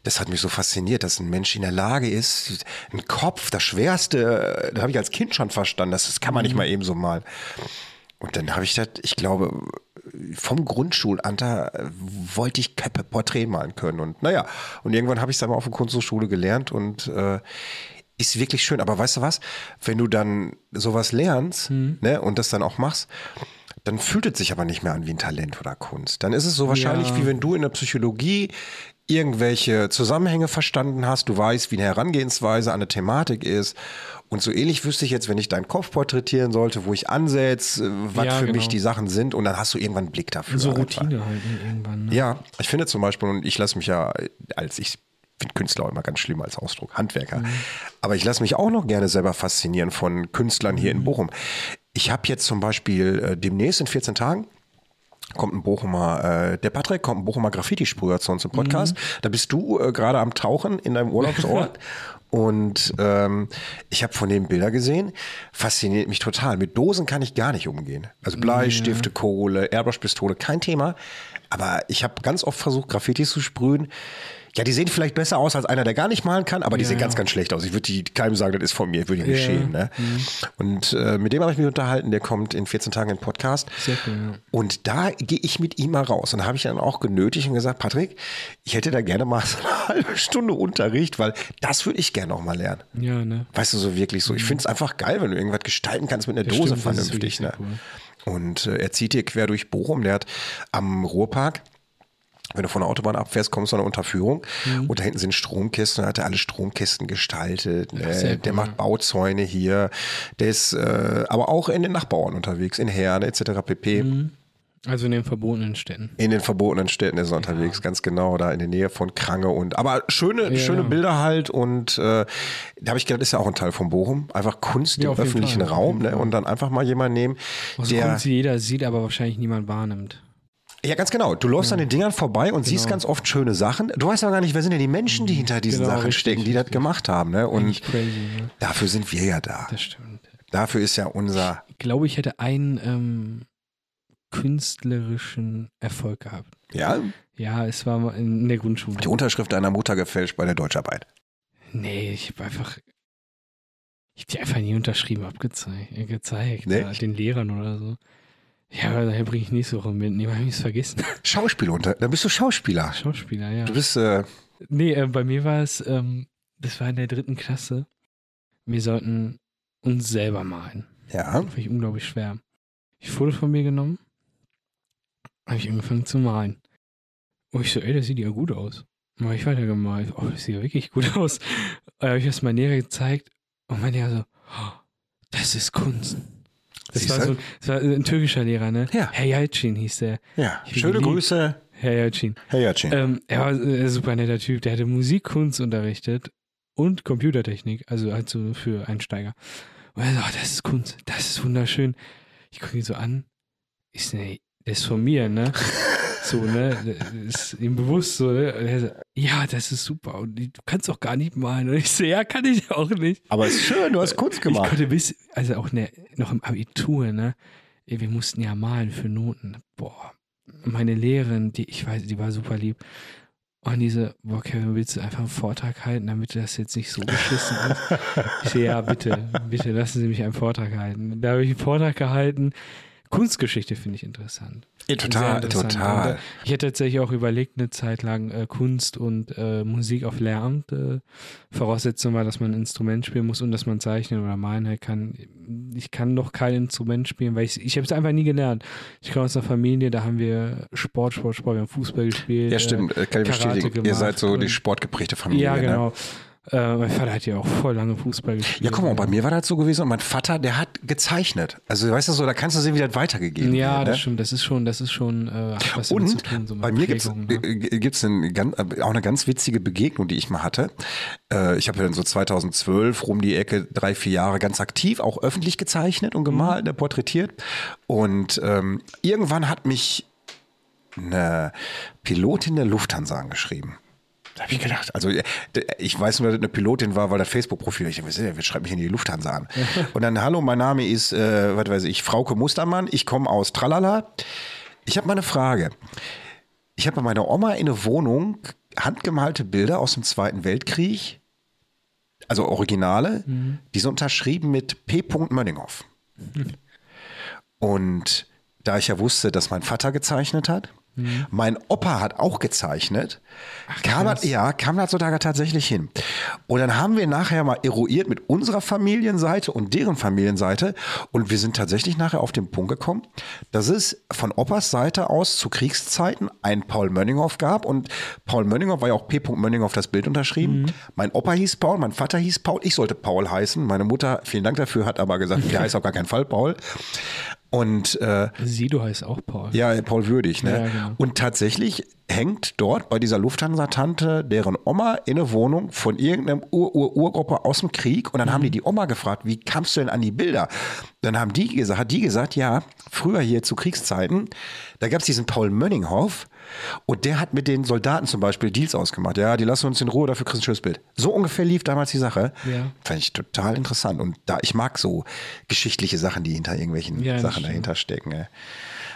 Speaker 2: Das hat mich so fasziniert, dass ein Mensch in der Lage ist, ein Kopf, das Schwerste, äh, das habe ich als Kind schon verstanden, das, das kann man nicht mal eben so malen. Und dann habe ich das, ich glaube, vom Grundschulalter äh, wollte ich kein Porträt malen können. Und naja, und irgendwann habe ich es dann mal auf der Kunsthochschule gelernt und äh, ist wirklich schön. Aber weißt du was? Wenn du dann sowas lernst ne, und das dann auch machst, dann fühlt es sich aber nicht mehr an wie ein Talent oder Kunst. Dann ist es so wahrscheinlich,
Speaker 3: Ja.
Speaker 2: wie wenn du in der Psychologie irgendwelche Zusammenhänge verstanden hast, du weißt, wie eine Herangehensweise an eine Thematik ist. Und so ähnlich wüsste ich jetzt, wenn ich deinen Kopf porträtieren sollte, wo ich ansetze, äh, was
Speaker 3: Ja,
Speaker 2: für mich
Speaker 3: genau.
Speaker 2: die Sachen sind und dann hast du irgendwann einen Blick dafür.
Speaker 3: So
Speaker 2: einfach.
Speaker 3: Routine halt ne? irgendwann, ne?
Speaker 2: Ja, ich finde zum Beispiel, und ich lasse mich ja als ich finde Künstler auch immer ganz schlimm als Ausdruck, Handwerker. Aber ich lasse mich auch noch gerne selber faszinieren von Künstlern hier in Bochum. Ich habe jetzt zum Beispiel äh, demnächst in 14 Tagen kommt ein Bochumer, äh, der Patrick kommt ein Bochumer Graffiti-Sprüher zu uns im Podcast. Da bist du äh, gerade am Tauchen in deinem Urlaubsort. Und ähm, ich habe von dem Bilder gesehen, fasziniert mich total. Mit Dosen kann ich gar nicht umgehen. Also Bleistifte, Kohle, Airbrush-Pistole, kein Thema. Aber ich habe ganz oft versucht, Graffitis zu sprühen. Ja, die sehen vielleicht besser aus als einer, der gar nicht malen kann, aber die
Speaker 3: Ja,
Speaker 2: sehen ganz,
Speaker 3: ja.
Speaker 2: ganz schlecht aus. Ich würde die keinem sagen, das ist von mir, würde ja nicht
Speaker 3: Ja. Mhm.
Speaker 2: schämen. Ne? Und äh, mit dem habe ich mich unterhalten, der kommt in 14 Tagen in den Podcast.
Speaker 3: Sehr cool, ja.
Speaker 2: Und da gehe ich mit ihm mal raus. Und da habe ich dann auch genötigt und gesagt, Patrick, ich hätte da gerne mal *laughs* so eine halbe Stunde Unterricht, weil das würde ich gerne noch mal lernen.
Speaker 3: Ja, ne?
Speaker 2: Weißt du, so wirklich so. Ich finde es einfach geil, wenn du irgendwas gestalten kannst mit einer
Speaker 3: Das
Speaker 2: Dose
Speaker 3: stimmt, das ist
Speaker 2: vernünftig.
Speaker 3: wirklich
Speaker 2: Ne?
Speaker 3: sehr cool.
Speaker 2: Und äh, er zieht hier quer durch Bochum. Der hat am Ruhrpark, wenn du von der Autobahn abfährst, kommst du an eine Unterführung.
Speaker 3: Mhm.
Speaker 2: Und da hinten sind Stromkästen. Da hat er alle Stromkästen gestaltet. Ne?
Speaker 3: sehr cool,
Speaker 2: der macht
Speaker 3: ja.
Speaker 2: Bauzäune hier. Der ist äh, aber auch in den Nachbarorten unterwegs, in Herne etc.
Speaker 3: Mhm.
Speaker 2: pp.
Speaker 3: Also in den verbotenen Städten.
Speaker 2: In den verbotenen Städten ist er unterwegs, ganz genau, da in der Nähe von Krange und aber schöne,
Speaker 3: Ja,
Speaker 2: schöne
Speaker 3: ja.
Speaker 2: Bilder halt und äh, da habe ich gedacht, ist ja auch ein Teil von Bochum. Einfach Kunst
Speaker 3: Ja,
Speaker 2: im
Speaker 3: auf jeden
Speaker 2: öffentlichen
Speaker 3: Fall, auf
Speaker 2: Raum,
Speaker 3: jeden
Speaker 2: ne?
Speaker 3: Fall.
Speaker 2: Und dann einfach mal jemanden nehmen,
Speaker 3: Aus
Speaker 2: der.
Speaker 3: Kunst, die jeder sieht, aber wahrscheinlich niemand wahrnimmt.
Speaker 2: Ja, ganz genau. Du läufst an den Dingern vorbei und siehst ganz oft schöne Sachen. Du weißt aber gar nicht, wer sind denn die Menschen, die hinter diesen
Speaker 3: Genau,
Speaker 2: Sachen
Speaker 3: richtig,
Speaker 2: stecken, die das gemacht haben, ne? Und
Speaker 3: Nicht crazy, ne?
Speaker 2: dafür sind wir ja da.
Speaker 3: Das stimmt.
Speaker 2: Dafür ist ja unser.
Speaker 3: Ich glaube, ich hätte einen ähm, künstlerischen Erfolg gehabt.
Speaker 2: Ja,
Speaker 3: Ja, es war mal in der Grundschule.
Speaker 2: die Unterschrift deiner Mutter gefälscht bei der Deutscharbeit.
Speaker 3: Nee, ich habe einfach. Ich habe die einfach nie unterschrieben, abgezeigt. Äh, gezeigt,
Speaker 2: Nee?
Speaker 3: ja, den Lehrern oder so. Ja, aber daher bringe ich nicht so rum mit. Nee, hab ich's vergessen. *laughs*
Speaker 2: Schauspieler unter. Dann bist du Schauspieler.
Speaker 3: Schauspieler, ja.
Speaker 2: Du bist äh,
Speaker 3: Nee, äh, bei mir war es, ähm, das war in der dritten Klasse. Wir sollten uns selber malen.
Speaker 2: ja.
Speaker 3: Das fand ich unglaublich schwer. Ich Foto von mir genommen, habe ich angefangen zu malen. Und ich so, ey, das sieht ja gut aus. Dann habe ich weitergemalt. Oh, das sieht ja wirklich gut *laughs* aus. Da habe ich das meinem Lehrer gezeigt und mein Lehrer so, oh, das ist Kunst. Das
Speaker 2: Siehst
Speaker 3: war,
Speaker 2: du?
Speaker 3: so, das war ein türkischer Lehrer, ne?
Speaker 2: Ja.
Speaker 3: Herr Yalcin hieß der.
Speaker 2: Ja,
Speaker 3: Ich bin
Speaker 2: schöne
Speaker 3: geliebt.
Speaker 2: Grüße,
Speaker 3: Herr Yalcin.
Speaker 2: Herr Jatschin.
Speaker 3: Ähm, er war äh, super netter Typ. Der hatte Musikkunst unterrichtet und Computertechnik, also also für Einsteiger. Und er so, oh, das ist Kunst, das ist wunderschön. Ich gucke ihn so an. Ich so, nee, das ist von mir, ne? So, ne? Ist ihm bewusst so, ne? Und er so, Ja, das ist super. Und die- du kannst auch gar nicht malen. Und ich so, ja, kann ich auch nicht.
Speaker 4: Aber es ist schön, du hast Kunst
Speaker 3: Äh, Ich
Speaker 4: gemacht.
Speaker 3: konnte bis, also auch ne, noch im Abitur, ne? Ey, Wir mussten ja malen für Noten. Boah. Meine Lehrerin, die, ich weiß, die war super lieb. Und diese, boah, Kevin, willst du einfach einen Vortrag halten, damit das jetzt nicht so beschissen ist? Ich so, ja, bitte, bitte lassen Sie mich einen Vortrag halten. Da habe ich einen Vortrag gehalten. Kunstgeschichte finde ich interessant.
Speaker 2: Ja,
Speaker 3: Sehr
Speaker 2: total,
Speaker 3: interessant. Und,
Speaker 2: total.
Speaker 3: äh, Ich hätte tatsächlich auch überlegt, eine Zeit lang äh, Kunst und äh, Musik auf Lehramt. Äh, Voraussetzung war, dass man ein Instrument spielen muss und dass man zeichnen oder malen halt kann. Ich kann noch kein Instrument spielen, weil ich, ich habe es einfach nie gelernt. Ich komme aus einer Familie, da haben wir Sport, Sport, Sport, wir haben Fußball gespielt.
Speaker 2: Ja, stimmt, äh, kann ich
Speaker 3: Karate
Speaker 2: bestätigen. Ihr
Speaker 3: gemacht
Speaker 2: seid so die
Speaker 3: und-
Speaker 2: sportgeprägte
Speaker 3: Äh,
Speaker 2: Familie.
Speaker 3: ja,
Speaker 2: Ne?
Speaker 3: genau. Äh, mein Vater hat ja auch voll lange Fußball gespielt.
Speaker 2: Ja, guck mal, bei mir war das so gewesen und mein Vater, der hat gezeichnet. Also, weißt du so, da kannst du sehen, wie das weitergegeben
Speaker 3: Ja,
Speaker 2: wird.
Speaker 3: das
Speaker 2: ne?
Speaker 3: stimmt. Das ist schon, das ist schon äh, hat was damit
Speaker 2: Und
Speaker 3: zu tun. So mit
Speaker 2: bei mir gibt es
Speaker 3: Prägung, ne?
Speaker 2: gibt's ein, gan- äh, auch eine ganz witzige Begegnung, die ich mal hatte. Äh, Ich habe ja dann so 2012 rum die Ecke drei, vier Jahre ganz aktiv, auch öffentlich gezeichnet und
Speaker 3: Mhm.
Speaker 2: gemalt, ne, porträtiert. Und ähm, irgendwann hat mich eine Pilotin der Lufthansa angeschrieben. Da habe ich gedacht, also äh, ich weiß nur, dass das eine Pilotin war, weil das Facebook-Profil, ich dachte, wer schreibt mich denn die Lufthansa
Speaker 3: *laughs*
Speaker 2: an? Und dann, hallo, mein Name ist, äh, was weiß ich, Frauke Mustermann, ich komme aus Tralala. Ich habe mal eine Frage. Ich habe bei meiner Oma in der Wohnung handgemalte Bilder aus dem Zweiten Weltkrieg, also Originale, die sind unterschrieben mit P. Mönninghoff. Und da ich ja wusste, dass mein Vater gezeichnet hat, mein Opa hat auch gezeichnet, kam das, ja, kam das sogar tatsächlich hin. Und dann haben wir nachher mal eruiert mit unserer Familienseite und deren Familienseite und wir sind tatsächlich nachher auf den Punkt gekommen, dass es von Opas Seite aus zu Kriegszeiten einen Paul Mönninghoff gab und Paul Mönninghoff war ja auch P. Mönninghoff das Bild unterschrieben. Mein Opa hieß Paul, mein Vater hieß Paul, ich sollte Paul heißen. Meine Mutter, vielen Dank dafür, hat aber gesagt, der heißt auf gar keinen Fall Paul. Und äh,
Speaker 3: Sido heißt auch Paul.
Speaker 2: ja, Paul Würdig, ne?
Speaker 3: Ja, genau.
Speaker 2: Und tatsächlich hängt dort bei dieser Lufthansa-Tante deren Oma in eine Wohnung von irgendeinem Ur-Ur-Urgruppe aus dem Krieg. Und dann haben die die Oma gefragt, wie kamst du denn an die Bilder? Dann haben die gesagt, hat die gesagt, ja, früher hier zu Kriegszeiten, da gab es diesen Paul Mönninghoff und der hat mit den Soldaten zum Beispiel Deals ausgemacht. Ja, die lassen uns in Ruhe, dafür kriegst du ein schönes Bild. So ungefähr lief damals die Sache.
Speaker 3: Ja.
Speaker 2: Fand ich total interessant. Und da, ich mag so geschichtliche Sachen, die hinter irgendwelchen
Speaker 3: Ja, das
Speaker 2: Sachen
Speaker 3: stimmt.
Speaker 2: dahinter stecken. Ey.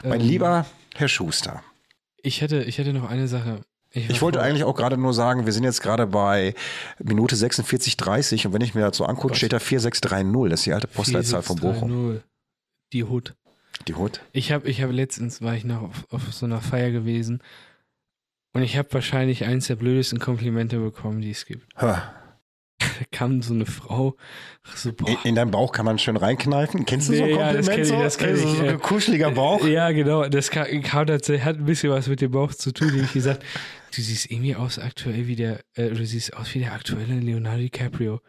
Speaker 2: Mein lieber Herr Schuster,
Speaker 3: ähm, Ich hätte, ich hätte noch eine Sache. war
Speaker 2: ich wollte
Speaker 3: vor-
Speaker 2: eigentlich auch gerade nur sagen, wir sind jetzt gerade bei Minute 46,30 und wenn ich mir das so
Speaker 3: Oh
Speaker 2: angucke, steht da 4630. Das ist die alte Postleitzahl von Bochum.
Speaker 3: 4630, Die Hut.
Speaker 2: Die Hut.
Speaker 3: Ich habe ich hab letztens, war ich noch auf, auf so einer Feier gewesen und ich habe wahrscheinlich eins der blödesten Komplimente bekommen, die es gibt.
Speaker 2: Ha.
Speaker 3: Da kam so eine Frau, so, boah,
Speaker 2: In, in deinem Bauch kann man schön reinkneifen. Kennst du so
Speaker 3: Nee,
Speaker 2: ein
Speaker 3: ja, das
Speaker 2: Kompliment?
Speaker 3: kenn ich,
Speaker 2: so?
Speaker 3: das kenn
Speaker 2: Also
Speaker 3: ich,
Speaker 2: so
Speaker 3: ja.
Speaker 2: ein kuscheliger Bauch.
Speaker 3: Ja, genau. Das kam, kam tatsächlich, hat ein bisschen was mit dem Bauch zu tun, wie ich gesagt *laughs* du siehst irgendwie aus aktuell wie der, äh, du siehst aus wie der aktuelle Leonardo DiCaprio.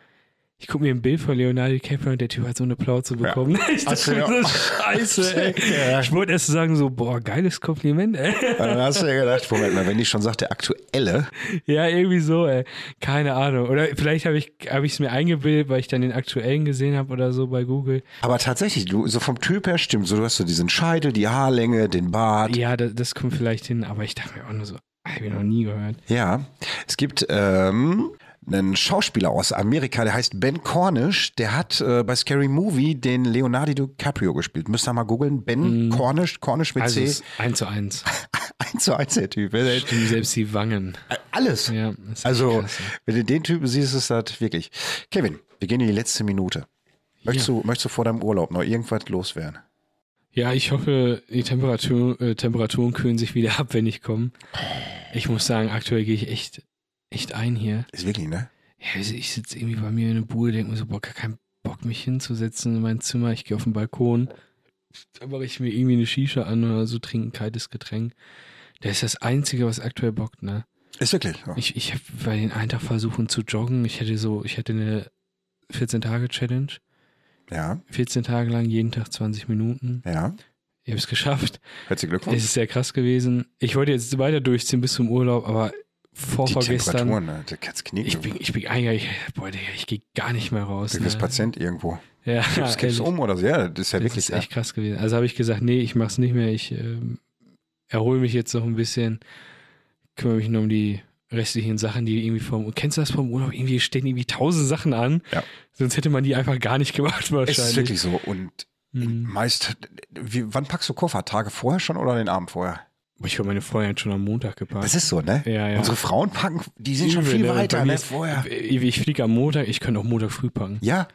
Speaker 3: Ich gucke mir ein Bild von Leonardo DiCaprio und der Typ hat so eine Plauze bekommen. *laughs* Ich dachte,
Speaker 2: Ach so,
Speaker 3: mir
Speaker 2: *laughs* ja.
Speaker 3: so, scheiße, ey. Ich wollte erst sagen so, boah, geiles Kompliment, ey. *laughs*
Speaker 2: Dann hast du ja gedacht, Moment mal, wenn ich schon sagt, der aktuelle.
Speaker 3: Ja, irgendwie so, ey. Keine Ahnung. Oder vielleicht habe ich es mir eingebildet, weil ich dann den aktuellen gesehen habe oder so bei Google.
Speaker 2: Aber tatsächlich, du, so vom Typ her stimmt, so du hast so diesen Scheitel, die Haarlänge, den Bart.
Speaker 3: Ja, das, das kommt vielleicht hin, aber ich dachte mir auch nur so, hab ich noch nie gehört.
Speaker 2: Ja, es gibt ähm, einen Schauspieler aus Amerika, der heißt Ben Cornish. Der hat äh, bei Scary Movie den Leonardo DiCaprio gespielt. Müsst ihr mal googeln.
Speaker 3: Mhm.
Speaker 2: Ben Cornish, Cornish mit
Speaker 3: Also
Speaker 2: C. *laughs*
Speaker 3: es ist eins zu eins.
Speaker 2: 1 zu 1 der Typ. Äh,
Speaker 3: Stimmen selbst die Wangen.
Speaker 2: Alles.
Speaker 3: Ja, das ist
Speaker 2: also,
Speaker 3: krass,
Speaker 2: wenn du den Typen siehst, ist das wirklich. Kevin, wir gehen in die letzte Minute. Möchtest, du, möchtest du vor deinem Urlaub noch irgendwas loswerden?
Speaker 3: Ja, ich hoffe, die Temperatur, äh, Temperaturen kühlen sich wieder ab, wenn ich komme. Ich muss sagen, aktuell gehe ich echt, echt ein hier.
Speaker 2: Ist wirklich, ne?
Speaker 3: Ja, also ich sitze irgendwie bei mir in der Bude, denke mir so, boah, gar keinen Bock, mich hinzusetzen in mein Zimmer. Ich gehe auf den Balkon, da mache ich mir irgendwie eine Shisha an oder so, trinke ein kaltes Getränk. Das ist das Einzige, was aktuell bockt, ne?
Speaker 2: Ist wirklich. Oh, so.
Speaker 3: Ich, ich war den einen Tag versuchen zu joggen. Ich hätte so, ich hätte eine 14-Tage-Challenge.
Speaker 2: Ja,
Speaker 3: 14 Tage lang, jeden Tag 20 Minuten.
Speaker 2: ja.
Speaker 3: Ich habe es geschafft.
Speaker 2: Herzlichen Glückwunsch.
Speaker 3: Es ist sehr krass gewesen. Ich wollte jetzt weiter durchziehen bis zum Urlaub, aber vor
Speaker 2: die
Speaker 3: vorgestern.
Speaker 2: Temperaturen, ne? Der Katz kniet.
Speaker 3: Ich bin, ich bin eingegangen, ich, boah, Digga, ich gehe gar nicht mehr raus. ne?
Speaker 2: Du bist Patient irgendwo.
Speaker 3: Ja,
Speaker 2: Kippst, kippst
Speaker 3: ehrlich.
Speaker 2: um oder so. Ja, das ist ja
Speaker 3: das
Speaker 2: wirklich.
Speaker 3: ist echt krass gewesen. Also habe ich gesagt, nee, ich mach's nicht mehr. Ich ähm, erhole mich jetzt noch ein bisschen, kümmere mich nur um die restlichen Sachen, die irgendwie vom, kennst du das vom Urlaub? Irgendwie stehen irgendwie tausend Sachen an.
Speaker 2: Ja.
Speaker 3: Sonst hätte man die einfach gar nicht gemacht wahrscheinlich.
Speaker 2: Es ist wirklich so. Und
Speaker 3: Mhm.
Speaker 2: meist, wie, wann packst du Koffer? Tage vorher schon oder den Abend vorher?
Speaker 3: Aber Ich habe meine Feuer schon am Montag gepackt.
Speaker 2: Das ist so, ne?
Speaker 3: Ja, ja.
Speaker 2: Unsere Frauen packen, die sind schon
Speaker 3: Übel,
Speaker 2: viel
Speaker 3: ne? Bei
Speaker 2: weiter,
Speaker 3: mir
Speaker 2: ne?
Speaker 3: ist-
Speaker 2: Vorher.
Speaker 3: Ich, ich fliege am Montag, ich könnte auch Montag früh packen.
Speaker 2: Ja.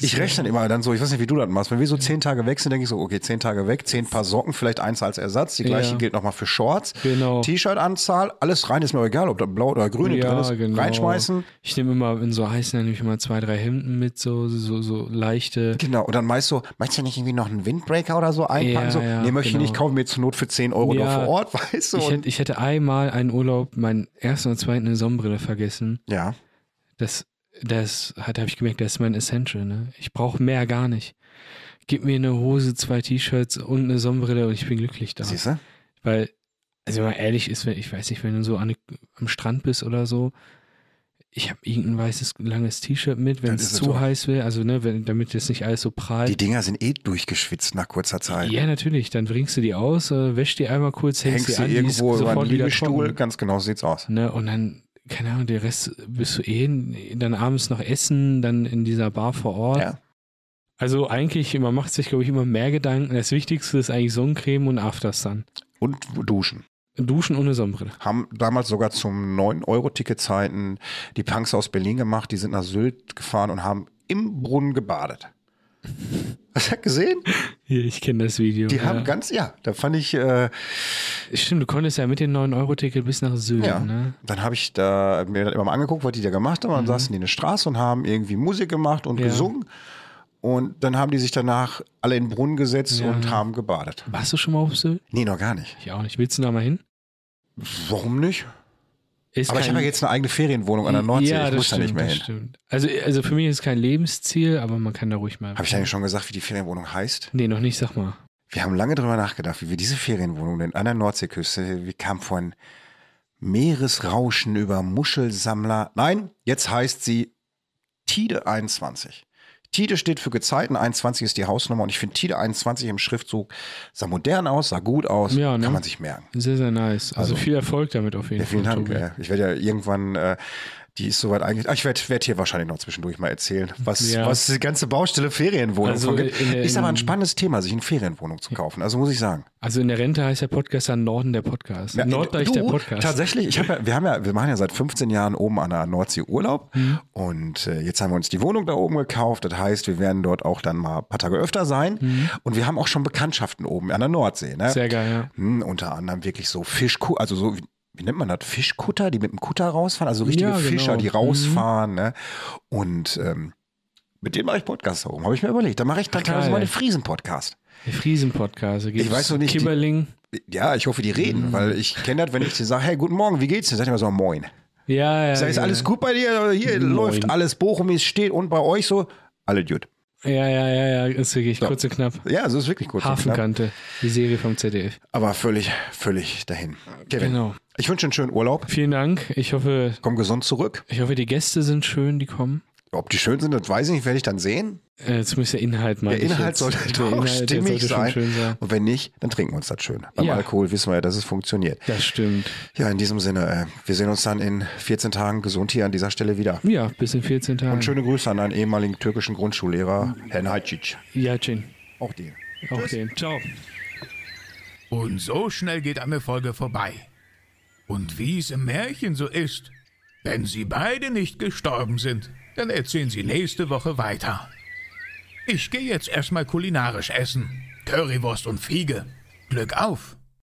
Speaker 2: Ich rechne immer dann so, ich weiß nicht, wie du das machst. Wenn wir so zehn Tage weg sind, denke ich so, okay, zehn Tage weg, zehn Paar Socken, vielleicht eins als Ersatz. Die gleiche
Speaker 3: Ja.
Speaker 2: gilt nochmal für Shorts.
Speaker 3: Genau.
Speaker 2: T-Shirt-Anzahl, alles rein, ist mir auch egal, ob da blau oder grün drin ist.
Speaker 3: genau.
Speaker 2: Reinschmeißen.
Speaker 3: Ich nehme immer in so heißen, dann nehme ich immer zwei, drei Hemden mit, so, so, so leichte.
Speaker 2: Genau. Und dann meist so, meinst du nicht irgendwie noch einen Windbreaker oder so einpacken?
Speaker 3: Ja,
Speaker 2: so,
Speaker 3: ja,
Speaker 2: nee, möchte
Speaker 3: genau.
Speaker 2: ich nicht, kaufen mir zur Not für 10 Euro
Speaker 3: Ja.
Speaker 2: noch vor Ort, *laughs* weißt du?
Speaker 3: Ich
Speaker 2: Und,
Speaker 3: hätte, ich hätte einmal einen Urlaub, meinen ersten und zweiten eine Sonnenbrille vergessen.
Speaker 2: ja.
Speaker 3: Das, das hat, habe ich gemerkt, das ist mein Essential, ne? Ich brauche mehr gar nicht. Gib mir eine Hose, zwei T-Shirts und eine Sonnenbrille und ich bin glücklich da.
Speaker 2: Siehst du?
Speaker 3: Weil, also wenn man ehrlich ist, wenn, ich weiß nicht, wenn du so an, am Strand bist oder so, ich habe irgendein weißes, langes T-Shirt mit, wenn
Speaker 2: Dann ist
Speaker 3: es
Speaker 2: es
Speaker 3: zu
Speaker 2: so.
Speaker 3: heiß wird, also ne, wenn, damit das nicht alles so
Speaker 2: Die
Speaker 3: prallt.
Speaker 2: Dinger sind eh durchgeschwitzt nach kurzer Zeit.
Speaker 3: ja, natürlich, dann bringst du die aus, äh, wäschst die einmal kurz, hängst,
Speaker 2: Hängst du
Speaker 3: die an, die ist
Speaker 2: irgendwo über einen
Speaker 3: sofort wieder
Speaker 2: Liegestuhl,
Speaker 3: trocken.
Speaker 2: ganz genau so sieht's aus.
Speaker 3: Ne, und dann, keine Ahnung, der Rest bist du eh, dann abends noch essen, dann in dieser Bar vor Ort.
Speaker 2: Ja.
Speaker 3: Also eigentlich, man macht sich, glaube ich, immer mehr Gedanken. Das Wichtigste ist eigentlich Sonnencreme und Aftersun.
Speaker 2: Und duschen.
Speaker 3: Duschen ohne Sonnenbrille.
Speaker 2: haben damals sogar zum 9-Euro-Ticket-Zeiten die Punks aus Berlin gemacht. Die sind nach Sylt gefahren und haben im Brunnen gebadet. Hast du das gesehen?
Speaker 3: Hier, Ich kenne das Video.
Speaker 2: Die
Speaker 3: ja.
Speaker 2: haben ganz, ja, da fand ich, äh,
Speaker 3: Stimmt, du konntest ja mit dem 9-Euro-Ticket bis nach Sylt,
Speaker 2: ja,
Speaker 3: ne?
Speaker 2: dann habe ich da mir das immer mal angeguckt, was die da gemacht haben. Dann saßen die in der Straße und haben irgendwie Musik gemacht und
Speaker 3: Mhm. Ja.
Speaker 2: gesungen. Und dann haben die sich danach alle in den Brunnen gesetzt
Speaker 3: Ja.
Speaker 2: und haben gebadet.
Speaker 3: Warst du schon mal auf Sylt?
Speaker 2: Nee, noch gar nicht.
Speaker 3: Ich auch nicht. Willst du da mal hin?
Speaker 2: Warum nicht?
Speaker 3: Ist
Speaker 2: Aber ich
Speaker 3: kein-
Speaker 2: habe ja jetzt eine eigene Ferienwohnung an der Nordsee.
Speaker 3: Ja,
Speaker 2: ich
Speaker 3: das
Speaker 2: muss
Speaker 3: stimmt,
Speaker 2: da nicht mehr
Speaker 3: das
Speaker 2: hin.
Speaker 3: Stimmt. Also, also für mich ist es kein Lebensziel, aber man kann da ruhig mal.
Speaker 2: Habe ich eigentlich schon gesagt, wie die Ferienwohnung heißt?
Speaker 3: Nee, noch nicht, sag mal.
Speaker 2: Wir haben lange drüber nachgedacht, wie wir diese Ferienwohnung denn an der Nordseeküste, wir kamen von Meeresrauschen über Muschelsammler. Nein, jetzt heißt sie Tide 21. Tide steht für Gezeiten, 21 ist die Hausnummer und ich finde Tide 21 im Schriftzug sah modern aus, sah gut aus,
Speaker 3: Ja, ne?
Speaker 2: kann man sich merken.
Speaker 3: Sehr, sehr nice. Also,
Speaker 2: Also-
Speaker 3: viel Erfolg damit auf jeden
Speaker 2: Ja, vielen
Speaker 3: Fall.
Speaker 2: Dank.
Speaker 3: Tobi.
Speaker 2: äh, Ich werde ja irgendwann, äh, die ist soweit eigentlich. Ah, ich werde werd hier wahrscheinlich noch zwischendurch mal erzählen, was,
Speaker 3: Ja.
Speaker 2: was die ganze Baustelle Ferienwohnung
Speaker 3: Also
Speaker 2: von-
Speaker 3: in der-
Speaker 2: Ist aber ein
Speaker 3: in-
Speaker 2: spannendes Thema, sich eine Ferienwohnung zu kaufen. Also muss ich sagen.
Speaker 3: Also in der Rente heißt der Podcast dann Norden der Podcast.
Speaker 2: Ja, äh,
Speaker 3: Norddeich
Speaker 2: du,
Speaker 3: der Podcast.
Speaker 2: Tatsächlich, ich hab ja, wir haben ja, wir machen ja seit 15 Jahren oben an der Nordsee Urlaub
Speaker 3: Mhm.
Speaker 2: und äh, jetzt haben wir uns die Wohnung da oben gekauft. Das heißt, wir werden dort auch dann mal ein paar Tage öfter sein und wir haben auch schon Bekanntschaften oben an der Nordsee. Ne?
Speaker 3: Mhm. Sehr geil, ja.
Speaker 2: Hm, unter anderem wirklich so Fischkutter, also so wie, wie nennt man das? Fischkutter, die mit dem Kutter rausfahren, also richtige
Speaker 3: Ja, genau.
Speaker 2: Fischer, die
Speaker 3: Mhm.
Speaker 2: rausfahren. Ne? Und ähm, mit denen mache ich Podcast da oben, habe ich mir überlegt. Da mache ich dann
Speaker 3: Ach, geil.
Speaker 2: teilweise mal den Friesen-Podcast.
Speaker 3: Der Friesen-Podcast. da gibt's
Speaker 2: weiß noch nicht, die-
Speaker 3: Kibberling.
Speaker 2: Ja, ich hoffe, die
Speaker 3: Mhm.
Speaker 2: reden, weil ich kenne das, wenn ich dir sage, hey, guten Morgen, wie geht's dir? Sag ich immer so, moin.
Speaker 3: Ja, ja.
Speaker 2: Sag ich, ist
Speaker 3: Äh, ja.
Speaker 2: alles gut bei dir? Also Hier
Speaker 3: Moin.
Speaker 2: läuft alles, Bochum ist steht und bei euch so, alle gut.
Speaker 3: Ja, ja, ja, ja. Ist wirklich
Speaker 2: So.
Speaker 3: kurz und knapp.
Speaker 2: Ja, so ist wirklich kurz. und knapp,
Speaker 3: Hafenkante. Die Serie vom ZDF.
Speaker 2: Aber völlig, völlig dahin. Kevin,
Speaker 3: Genau.
Speaker 2: ich wünsche einen schönen Urlaub.
Speaker 3: Vielen Dank. Ich hoffe,
Speaker 2: Komm gesund zurück.
Speaker 3: ich hoffe, die Gäste sind schön, die kommen.
Speaker 2: Ob die schön sind, das weiß ich nicht, werde ich dann sehen.
Speaker 3: Äh, zumindest der Inhalt mal.
Speaker 2: Der Inhalt sollte doch stimmig sein.
Speaker 3: Schon schön sein.
Speaker 2: Und wenn nicht, dann trinken wir uns das schön. Beim
Speaker 3: Ja.
Speaker 2: Alkohol wissen wir ja, dass es funktioniert.
Speaker 3: Das stimmt.
Speaker 2: Ja, in diesem Sinne, äh, wir sehen uns dann in 14 Tagen gesund hier an dieser Stelle wieder.
Speaker 3: Ja, bis in 14 Tagen.
Speaker 2: Und schöne Grüße an einen ehemaligen türkischen Grundschullehrer, Herrn Hajcic.
Speaker 3: Ja, Chin.
Speaker 2: Auch den.
Speaker 3: Auch den. Ciao.
Speaker 1: Und so schnell geht eine Folge vorbei. Und wie es im Märchen so ist, wenn sie beide nicht gestorben sind, dann erzählen sie nächste Woche weiter. Ich gehe jetzt erstmal kulinarisch essen. Currywurst und Fiege. Glück auf!